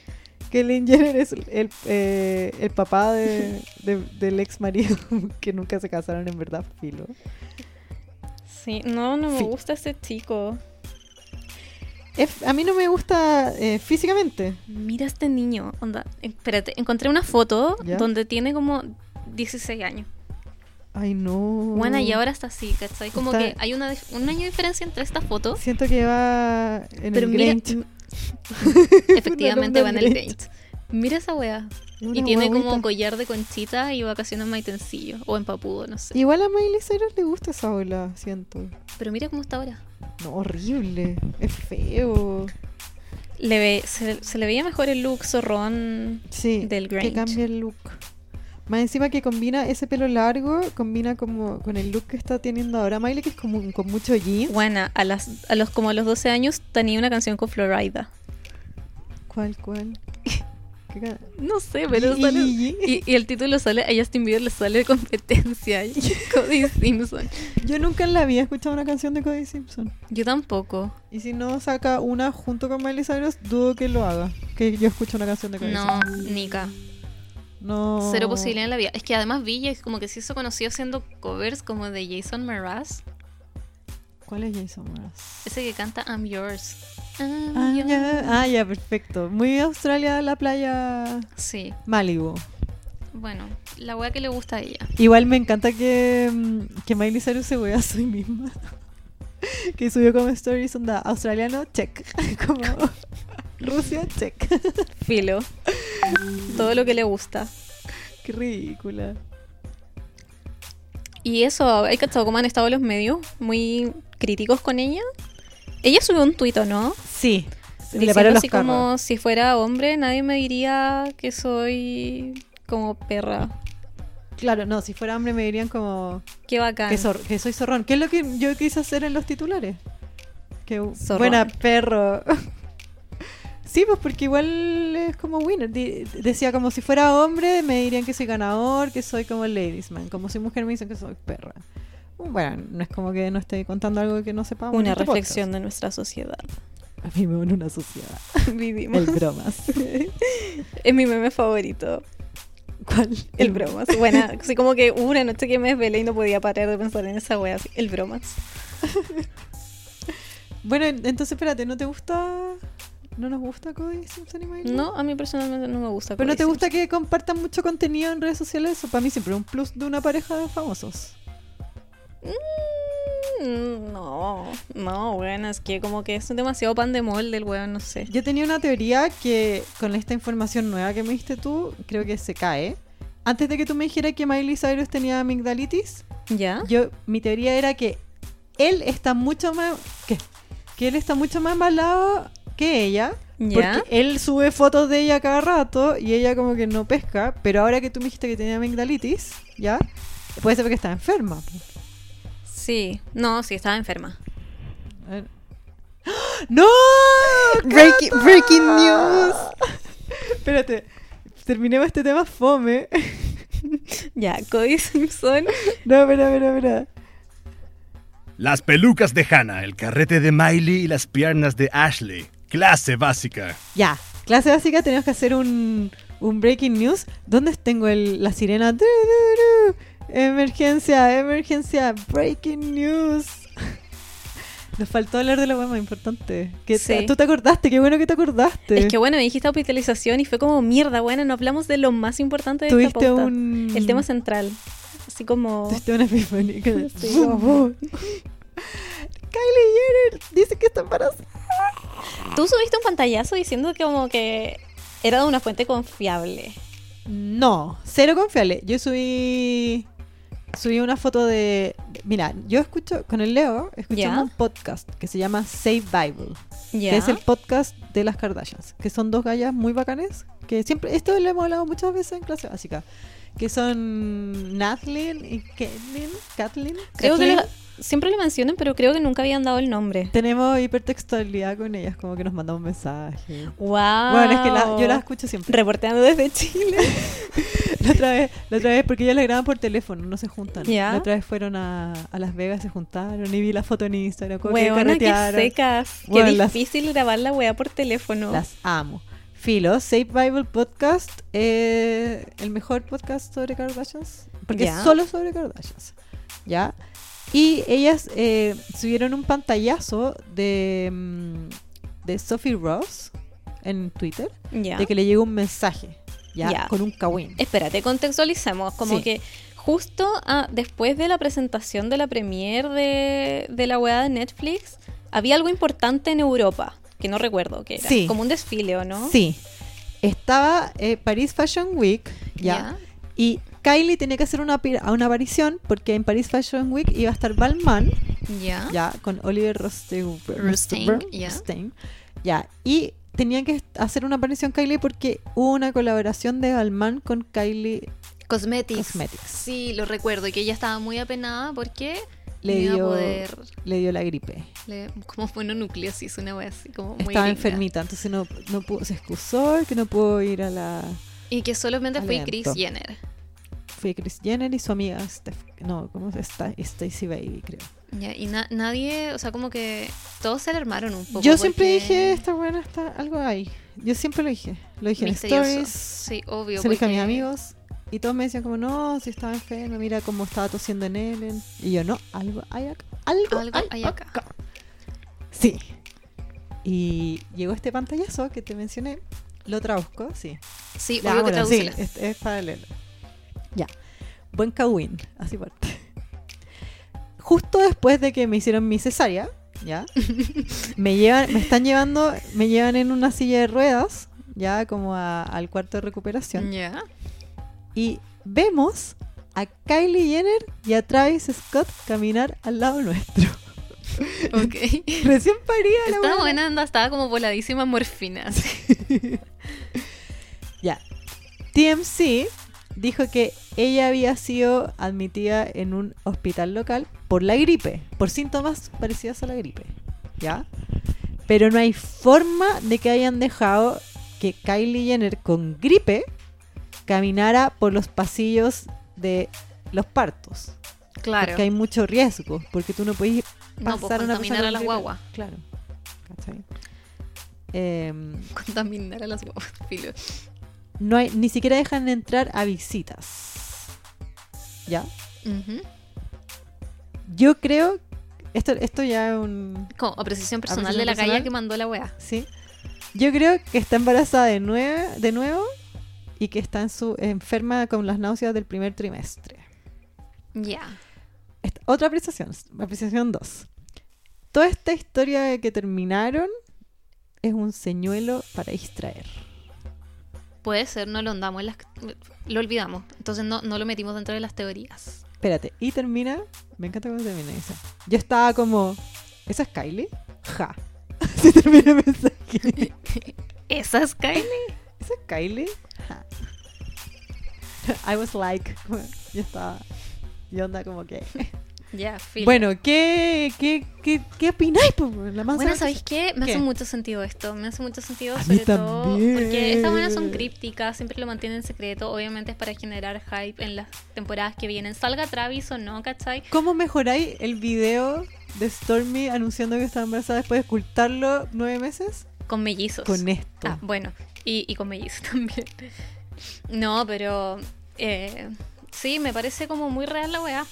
Caitlyn Jenner es el, eh, el papá de, de- del ex marido que nunca se casaron en verdad, filo. Sí, no, no me Sí. gusta este chico. Es- a mí no me gusta eh, físicamente. Mira este niño. Onda, espérate, encontré una foto ¿Ya? donde tiene como 16 años. Ay, no. Bueno, y ahora está así, ¿cachai? Como Oh. Está- que hay una, dif- un año de diferencia entre esta foto. Siento que va en Pero el mira, Grinch. m- efectivamente va Una en onda el Grinch. Grinch. Mira esa weá. Una y tiene como guaguita. collar de conchita y vacaciones en maitencillo. O en papudo, no sé. Igual a Miley Cyrus le gusta esa ola, siento. Pero mira cómo está ahora. No, horrible. Es feo. Le ve- se, se le veía mejor el look zorrón. Sí, Del que Grinch. cambia el look. Más encima que combina ese pelo largo, combina como con el look que está teniendo ahora Miley, que es como un- con mucho jeans. Bueno, a, las, a los como a los 12 años tenía una canción con Florida. ¿Cuál, cuál? ¿Qué ca- No sé, pero pero sale- sale. Y, y el título sale, a Justin Bieber le sale competencia. y Cody Simpson. Yo nunca en la vida he escuchado una canción de Cody Simpson. Yo tampoco. Y si no saca una junto con Miley Cyrus, dudo que lo haga. Que yo escuche una canción de Cody No, Simpson. Nika. No. Cero posibilidad en la vida. Es que además Villa es como que se hizo conocido haciendo covers como de Jason Mraz. ¿Cuál es Jason Mraz? Ese que canta I'm Yours. I'm Ah yours. ya. ah, ya, perfecto. Muy Australia, la playa Sí, Malibu. bueno, la weá que le gusta a ella. Igual me encanta que, mm, que Miley Cyrus se wea a sí misma. que subió como stories onda australiano, check. como Rusia, check. Filo. Todo lo que le gusta. Qué ridícula. Y eso, hay cachado cómo han estado los medios muy críticos con ella. Ella subió un tuit, ¿o ¿no? Sí. Le Diciendo paró los así carros. como si fuera hombre, nadie me diría que soy como perra. Claro, no, si fuera hombre me dirían como Qué bacán. que, zor- que soy zorrón. ¿Qué es lo que yo quise hacer en los titulares? Que bu- Zorrón. buena perro. sí, pues porque igual es como winner. Di- decía como si fuera hombre me dirían que soy ganador, que soy como ladiesman. Como si mujer me dicen que soy perra. Uh, Bueno, no es como que no esté contando algo que no sepamos. en Una este reflexión de nuestra sociedad. podcast. A mí me une una sociedad. Vivimos. El bromas. Es mi meme favorito. ¿Cuál? El bromas. Bueno, así como que hubo una noche que me desvelé y no podía parar de pensar en esa wea. así, El bromas. Bueno, en- entonces espérate, ¿no te gusta? ¿No nos gusta Cody Simpson y Miley? No, a mí personalmente no me gusta. Pero no Cody te gusta Simpson. que compartan mucho contenido en redes sociales, eso para mí siempre es un plus de una pareja de famosos. Mm, No, no, weón, es que como que es demasiado pan de molde el weón, no sé. Yo tenía una teoría que con esta información nueva que me diste tú, creo que se cae. Antes de que tú me dijeras que Miley Cyrus tenía amigdalitis, ¿Ya? yo mi teoría era que él está mucho más ¿qué? que él está mucho más malado que ella. ¿Ya? Porque él sube fotos de ella cada rato y ella como que no pesca. Pero ahora que tú me dijiste que tenía amigdalitis, ¿ya? Puede ser porque está enferma. po. Sí. No, sí, estaba enferma. A ver. ¡No! Breaking- ¡Cata! breaking news. Espérate, terminemos este tema fome. Ya, Cody Simpson. No, espera, espera, espera. Las pelucas de Hannah, el carrete de Miley y las piernas de Ashley. Clase básica. Ya, clase básica, tenemos que hacer un, un breaking news. ¿Dónde tengo el- la sirena? Tru, tru, tru. Emergencia, emergencia, breaking news. Nos faltó hablar de lo más importante. Que Sí. Tú te acordaste, qué bueno que te acordaste. Es que bueno, me dijiste hospitalización y fue como mierda, bueno, no hablamos de lo más importante de esta tuviste pauta. un... El tema central. Así como. Tuviste una epifanía. que- Sí, ¡Bum, como- bum! Kylie Jenner dice que está embarazada. Tú subiste un pantallazo diciendo que como que era de una fuente confiable. No, cero confiable. Yo subí subí una foto de mira, yo escucho con el Leo, escuchamos Ya. un podcast que se llama Save Bible, ¿Ya? que es el podcast de las Kardashians, que son dos gallas muy bacanes, que siempre esto lo hemos hablado muchas veces en clase básica, que son Nathlin y Caitlin, Kathleen. Creo que Kathleen. lo- siempre lo mencionan, pero creo que nunca habían dado el nombre. tenemos hipertextualidad con ellas, como que nos mandamos mensajes. Wow. Bueno, es que la- Ah. yo las escucho siempre. reporteando desde Chile. La otra vez, la otra vez, porque ellas la graban por teléfono, no se juntan. Ya. La otra vez fueron a, a Las Vegas, se juntaron y vi la foto en Instagram. como que Huevona, que carretearon. secas. Qué Bueno, las- difícil grabar la wea por teléfono. Las amo. Filo, Save Bible Podcast, eh, el mejor podcast sobre Kardashians, porque Ya. es solo sobre Kardashians, ¿ya? Y ellas eh, subieron un pantallazo de, mm, de Sophie Ross en Twitter, Ya. de que le llegó un mensaje, ¿ya? Ya. Con un kawin. Espérate, contextualicemos. Como Sí. que Justo ah, después de la presentación de la premiere de, de la weá de Netflix, había algo importante en Europa, que no recuerdo qué era. Sí. Como un desfile, ¿o no? Sí. Estaba eh, Paris Fashion Week, ya. Ya. Y Kylie tenía que hacer una, apir- a una aparición porque en Paris Fashion Week iba a estar Balmain, Ya. ya, con Oliver Rostein. Ah. Rostein, ya. ya. Y tenían que est- hacer una aparición Kylie porque hubo una colaboración de Balmain con Kylie. Cosmetics. Cosmetics. Sí, lo recuerdo. Y que ella estaba muy apenada porque Le no iba a dio- poder. Le dio la gripe. le- como mononucleosis, una wea así, como muy. Estaba gringa. enfermita, entonces no, no pudo, se excusó que no pudo ir a la... Y que solamente fue Aliento. Chris Jenner. Fue Chris Jenner y su amiga Steph... No, ¿cómo se está? Stacy Baby, creo. Ya, y na- nadie, o sea, como que todos se alarmaron un poco. Yo siempre porque- dije, esta buena está algo ahí. Yo siempre lo dije. Lo dije Misterioso. en stories. Sí, obvio. se lo dije a mis porque- amigos. Y todos me decían como, no, si estaba enferma, mira cómo estaba tosiendo en Ellen. Y yo, no, algo hay acá. Algo, Algo hay acá. Sí. Y llegó este pantallazo que te mencioné. Lo traduzco, sí. Sí, Ya, obvio que bueno, tradúcela. Sí, es, es para leerlo. Ya. Buen Cawin, así parte. Justo después de que me hicieron mi cesárea, ¿ya? me llevan, me están llevando, me llevan en una silla de ruedas, ya como a- al cuarto de recuperación. Ya. Y vemos a Kylie Jenner y a Travis Scott caminar al lado nuestro. Ok. Recién paría la Estaba buena. buena onda, estaba como voladísima morfina. así. Ya. TMC dijo que ella había sido admitida en un hospital local por la gripe, por síntomas parecidos a la gripe. ¿Ya? Pero no hay forma de que hayan dejado que Kylie Jenner con gripe caminara por los pasillos de los partos. Claro. Porque hay mucho riesgo, porque tú no puedes No, pues pasar a una persona contaminar con a las gripe. guaguas. Claro. ¿Cachai? Em, Contaminar a las guaguas, filo. no hay, ni siquiera dejan entrar a visitas. ¿Ya? Ujú. Yo creo, esto, esto ya es un... Como apreciación personal Apreciación de la calle personal. que mandó la wea. ¿Sí? Yo creo que está embarazada de, nue- de nuevo y que está en su, enferma con las náuseas del primer trimestre. Ya. Esta- otra apreciación, apreciación 2. Toda esta historia de que terminaron es un señuelo para distraer. Puede ser, no lo andamos en las... Lo olvidamos. Entonces no, no lo metimos dentro de las teorías. Espérate, y termina. Me encanta cómo termina esa. Yo estaba como, ¿esa es Kylie? Ja. Se termina el mensaje. ¿Esa es Kylie? ¿Esa es Kylie? Ja. I was like, como- yo estaba. Yo onda como que. Ya, filo. Bueno, ¿qué, qué, qué, qué opináis? po, La mansa Bueno, ¿sabéis qué? Me ¿Qué? hace mucho sentido esto. Me hace mucho sentido, A mí sobre todo. también. Porque estas buenas son crípticas, siempre lo mantienen secreto. Obviamente es para generar hype en las temporadas que vienen. Salga Travis o no, ¿cachai? ¿Cómo mejoráis el video de Stormy anunciando que estaba embarazada después de ocultarlo nueve meses? Con mellizos. Con esto. Ah, bueno. Y, y con mellizos también. No, pero. eh, sí, me parece como muy real la weá.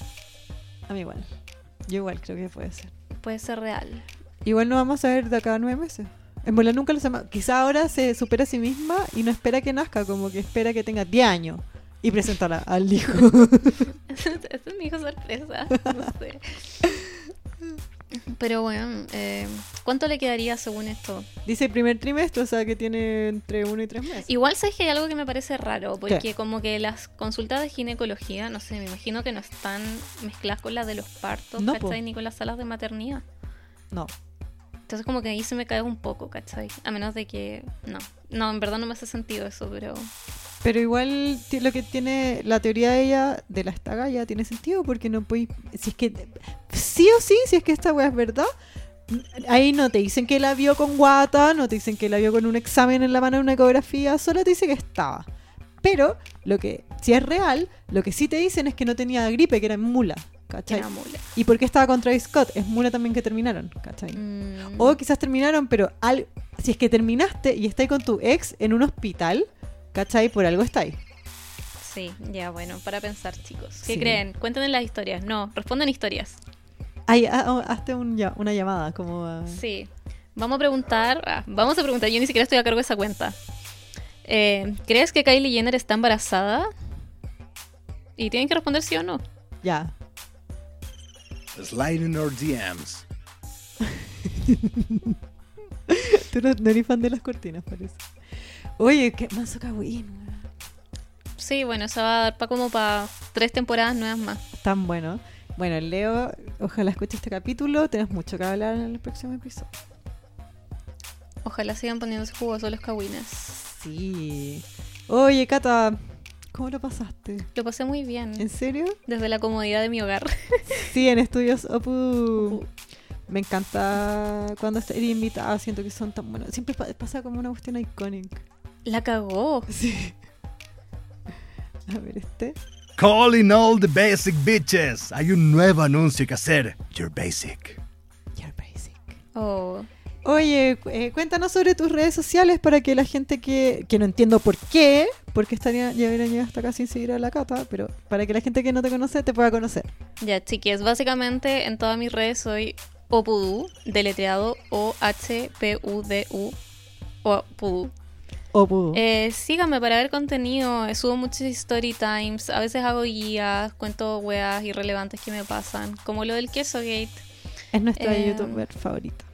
A mí igual. Yo igual creo que puede ser. Puede ser real. Igual no vamos a ver de acá a nueve meses. En bola nunca lo sabemos. Quizá ahora se supera a sí misma y no espera que nazca, como que espera que tenga 10 años y presentarla al hijo. Esa es mi hijo sorpresa. No sé. Pero bueno, eh, ¿cuánto le quedaría según esto? Dice primer trimestre, o sea que tiene entre uno y tres meses. Igual sabes que hay algo que me parece raro, porque como que las consultas de ginecología, no sé, me imagino que no están mezcladas con las de los partos, No, po. ¿cachai? Ni con las salas de maternidad. No. Entonces como que ahí se me cae un poco, ¿cachai? A menos de que... No, no, en verdad no me hace sentido eso, pero... Pero igual ti- lo que tiene la teoría de ella, de la estaga, ya tiene sentido, porque no puedes. Si es que. Sí o sí, si es que esta weá es verdad. n- Ahí no te dicen que la vio con guata, no te dicen que la vio con un examen en la mano en una ecografía, solo te dice que estaba. Pero, lo que, si es real, lo que sí te dicen es que no tenía gripe, que era mula, ¿cachai? Era mula. ¿Y por qué estaba con Travis Scott? Es mula también que terminaron, ¿cachai? Mm, O quizás terminaron, pero al- si es que terminaste y estás con tu ex en un hospital, ¿cachai? Por algo estáis. Sí, ya bueno, para pensar chicos. ¿Qué Sí. creen? Cuéntenme las historias. No, respondan historias. Ay, ha- ha- hazte un lla- una llamada, como ah, a- Sí. Vamos a preguntar, ah, vamos a preguntar, yo ni siquiera estoy a cargo de esa cuenta. Eh, ¿Crees que Kylie Jenner está embarazada? Y tienen que responder sí o no. Ya. Slide in our DMs. Tú no, no eres fan de las cortinas, parece. Oye, qué manso cagüín. weón. Sí, bueno, eso va a dar pa como para tres temporadas nuevas más. Tan bueno. Bueno, Leo, ojalá escuche este capítulo. Tenemos mucho que hablar en el próximo episodio. Ojalá sigan poniéndose jugosos los cagüines. Sí. Oye, Cata, ¿cómo lo pasaste? Lo pasé muy bien. ¿En serio? Desde la comodidad de mi hogar. Sí, en estudios Opu. Me encanta cuando estoy invitada, siento que son tan buenos. Siempre pa- pasa como una cuestión icónica. La cagó. Sí. A ver, este. Calling all the basic bitches. Hay un nuevo anuncio que hacer. Your basic. You're basic. Oh. Oye, cu- eh, cuéntanos sobre tus redes sociales para que la gente que, que no entiendo por qué, porque estaría, ya hubiera llegado hasta acá sin seguir a la cata, pero para que la gente que no te conoce te pueda conocer. Ya, chiquis, básicamente en todas mis redes soy Opudu, deletreado O-H-P-U-D-U, Opudu. Opu. Eh, síganme para ver contenido, eh, subo muchos story times, a veces hago guías, cuento weas irrelevantes que me pasan, como lo del queso gate. es nuestra eh, youtuber favorita.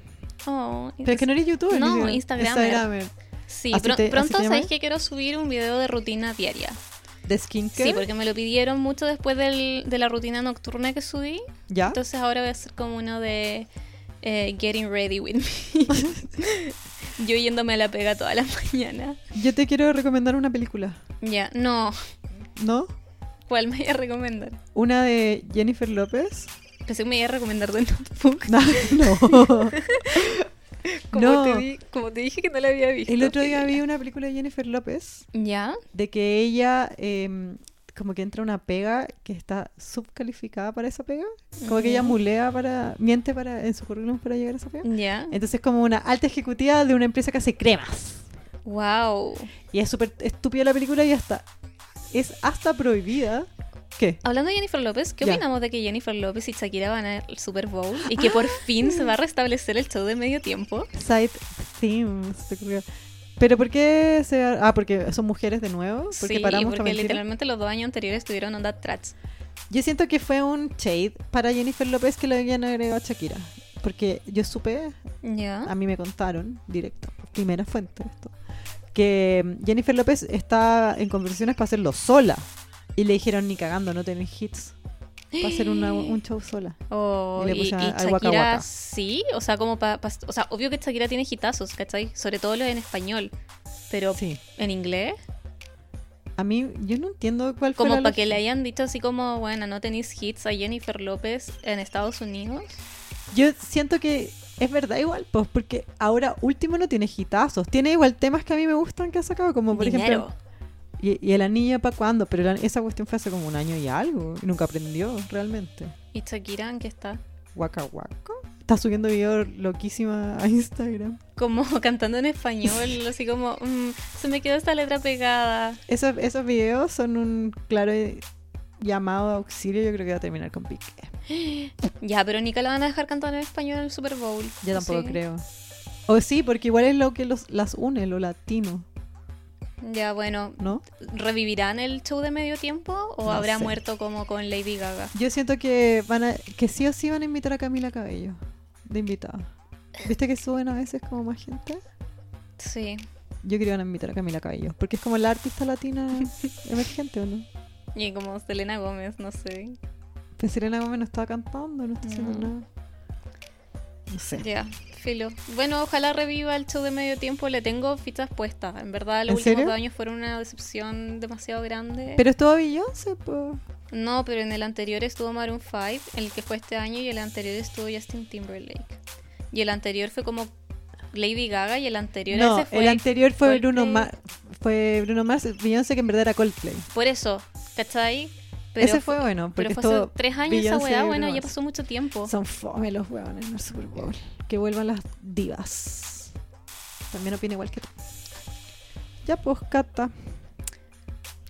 Oh, Pero es que no eres youtuber. No, Lidia. Instagramer. Instagramer. Sí, ¿Así pro- te- así pronto te sabéis llamas? que quiero subir un video de rutina diaria. De skincare. Sí, porque me lo pidieron mucho después del- de la rutina nocturna que subí. ¿Ya? Entonces ahora voy a hacer como uno de eh, Getting Ready with Me. Yo yéndome a la pega toda la mañana. Yo te quiero recomendar una película, Ya, no. ¿no? ¿Cuál me voy a recomendar? Una de Jennifer López. Pensé que me iba a recomendar The Notebook. No, no. Como, No. te di- como te dije que no la había visto. El otro día vi una película de Jennifer López ¿Ya? de que ella eh, como que entra a una pega que está subcalificada para esa pega. Como que ella Ujú. mulea para, miente para, en su currículum para llegar a esa pega. ¿Ya? Entonces es como una alta ejecutiva de una empresa que hace cremas. Wow. Y es súper estúpida la película y hasta es hasta prohibida. ¿Qué? Hablando de Jennifer López, ¿qué Ya. opinamos de que Jennifer López y Shakira van al Super Bowl y que por fin se va a restablecer el show de medio tiempo? Side themes. se te ocurrió. Pero ¿por qué se Ah, porque son mujeres de nuevo, porque sí, paramos con porque mentira. literalmente los dos años anteriores estuvieron onda trats. Yo siento que fue un shade para Jennifer López que le habían agregado a Shakira, porque yo supe, ¿Ya? a mí me contaron directo, primera fuente esto, que Jennifer López está en conversaciones para hacerlo sola y le dijeron ni cagando, no tenés hits. Va a hacer una- un show sola. Oh, Y y, le y puse a- al Shakira Waka Waka. sí, o sea, como pa- pa- o sea, obvio que Shakira tiene hitazos, ¿cachai? Sobre todo los en español, pero Sí. en inglés, A mí, yo no entiendo cuál fue como la para que lógica. le hayan dicho así como, bueno, no tenéis hits a Jennifer López en Estados Unidos. Yo siento que es verdad igual, pues, porque ahora último no tiene hitazos. Tiene igual temas que a mí me gustan que ha sacado, como por Dinero. ejemplo... ¿Y, y el anillo para cuándo? Pero la- esa cuestión fue hace como un año y algo. Y nunca aprendió, realmente. ¿Y Shakira en qué está? Waka waka. Está subiendo videos loquísima a Instagram. Como cantando en español, así como, mm, se me quedó esta letra pegada. Esos, esos videos son un claro eh, llamado a auxilio. Yo creo que va a terminar con Piqué. Ya, pero nunca la van a dejar cantar en español en el Super Bowl. Yo tampoco Sí. creo. O sí, porque igual es lo que los, las une, lo latino, Ya, bueno, ¿no? ¿revivirán el show de medio tiempo o No habrá sé. muerto como con Lady Gaga? Yo siento que van a, que sí o sí van a invitar a Camila Cabello de invitada. ¿Viste que suben a veces como más gente? Sí. Yo creo que van a invitar a Camila Cabello, porque es como la artista latina emergente, ¿o no? Y como Selena Gómez, no sé. Pero Pues Selena Gómez no estaba cantando, no está haciendo No. nada. No sé. Ya, filo. Bueno, ojalá reviva el show de medio tiempo. Le tengo fichas puestas. En verdad, los ¿En últimos serio? dos años fueron una decepción demasiado grande. Pero estuvo Beyoncé, pues. No, pero en el anterior estuvo Maroon 5, el que fue este año, y el anterior estuvo Justin Timberlake. Y el anterior fue como Lady Gaga, y el anterior a No, ese fue. el anterior fue Coldplay. Bruno, Ma- fue Bruno Mars, Beyoncé que en verdad era Coldplay. Por eso, ¿cachai? Pero Ese fue bueno, porque pero fue hace estuvo tres años esa Beyoncé y weá. Bruno Bueno, ya Mars. pasó mucho tiempo. Son fome los huevones en el Super Bowl. Que vuelvan las divas. También opina igual que tú. Ya, pues, Cata.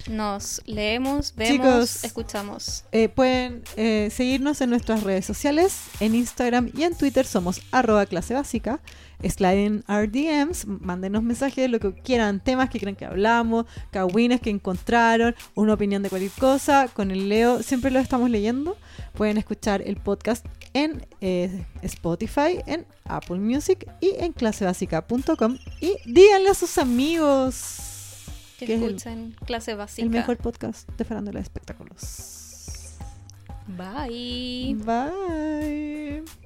Nos leemos, vemos, Chicos. escuchamos. Eh, pueden eh, seguirnos en nuestras redes sociales, en Instagram y en Twitter somos arroba clase básica, sliden our DMs, mándenos mensajes, lo que quieran, temas que crean que hablamos, cagüines que encontraron, una opinión de cualquier cosa, con el Leo, siempre lo estamos leyendo. Pueden escuchar el podcast en eh, Spotify, en Apple Music y en clasebásica.com y díganle a sus amigos Que que es el- escuchen clase básica. el mejor podcast de farándula de espectáculos. Bye. Bye.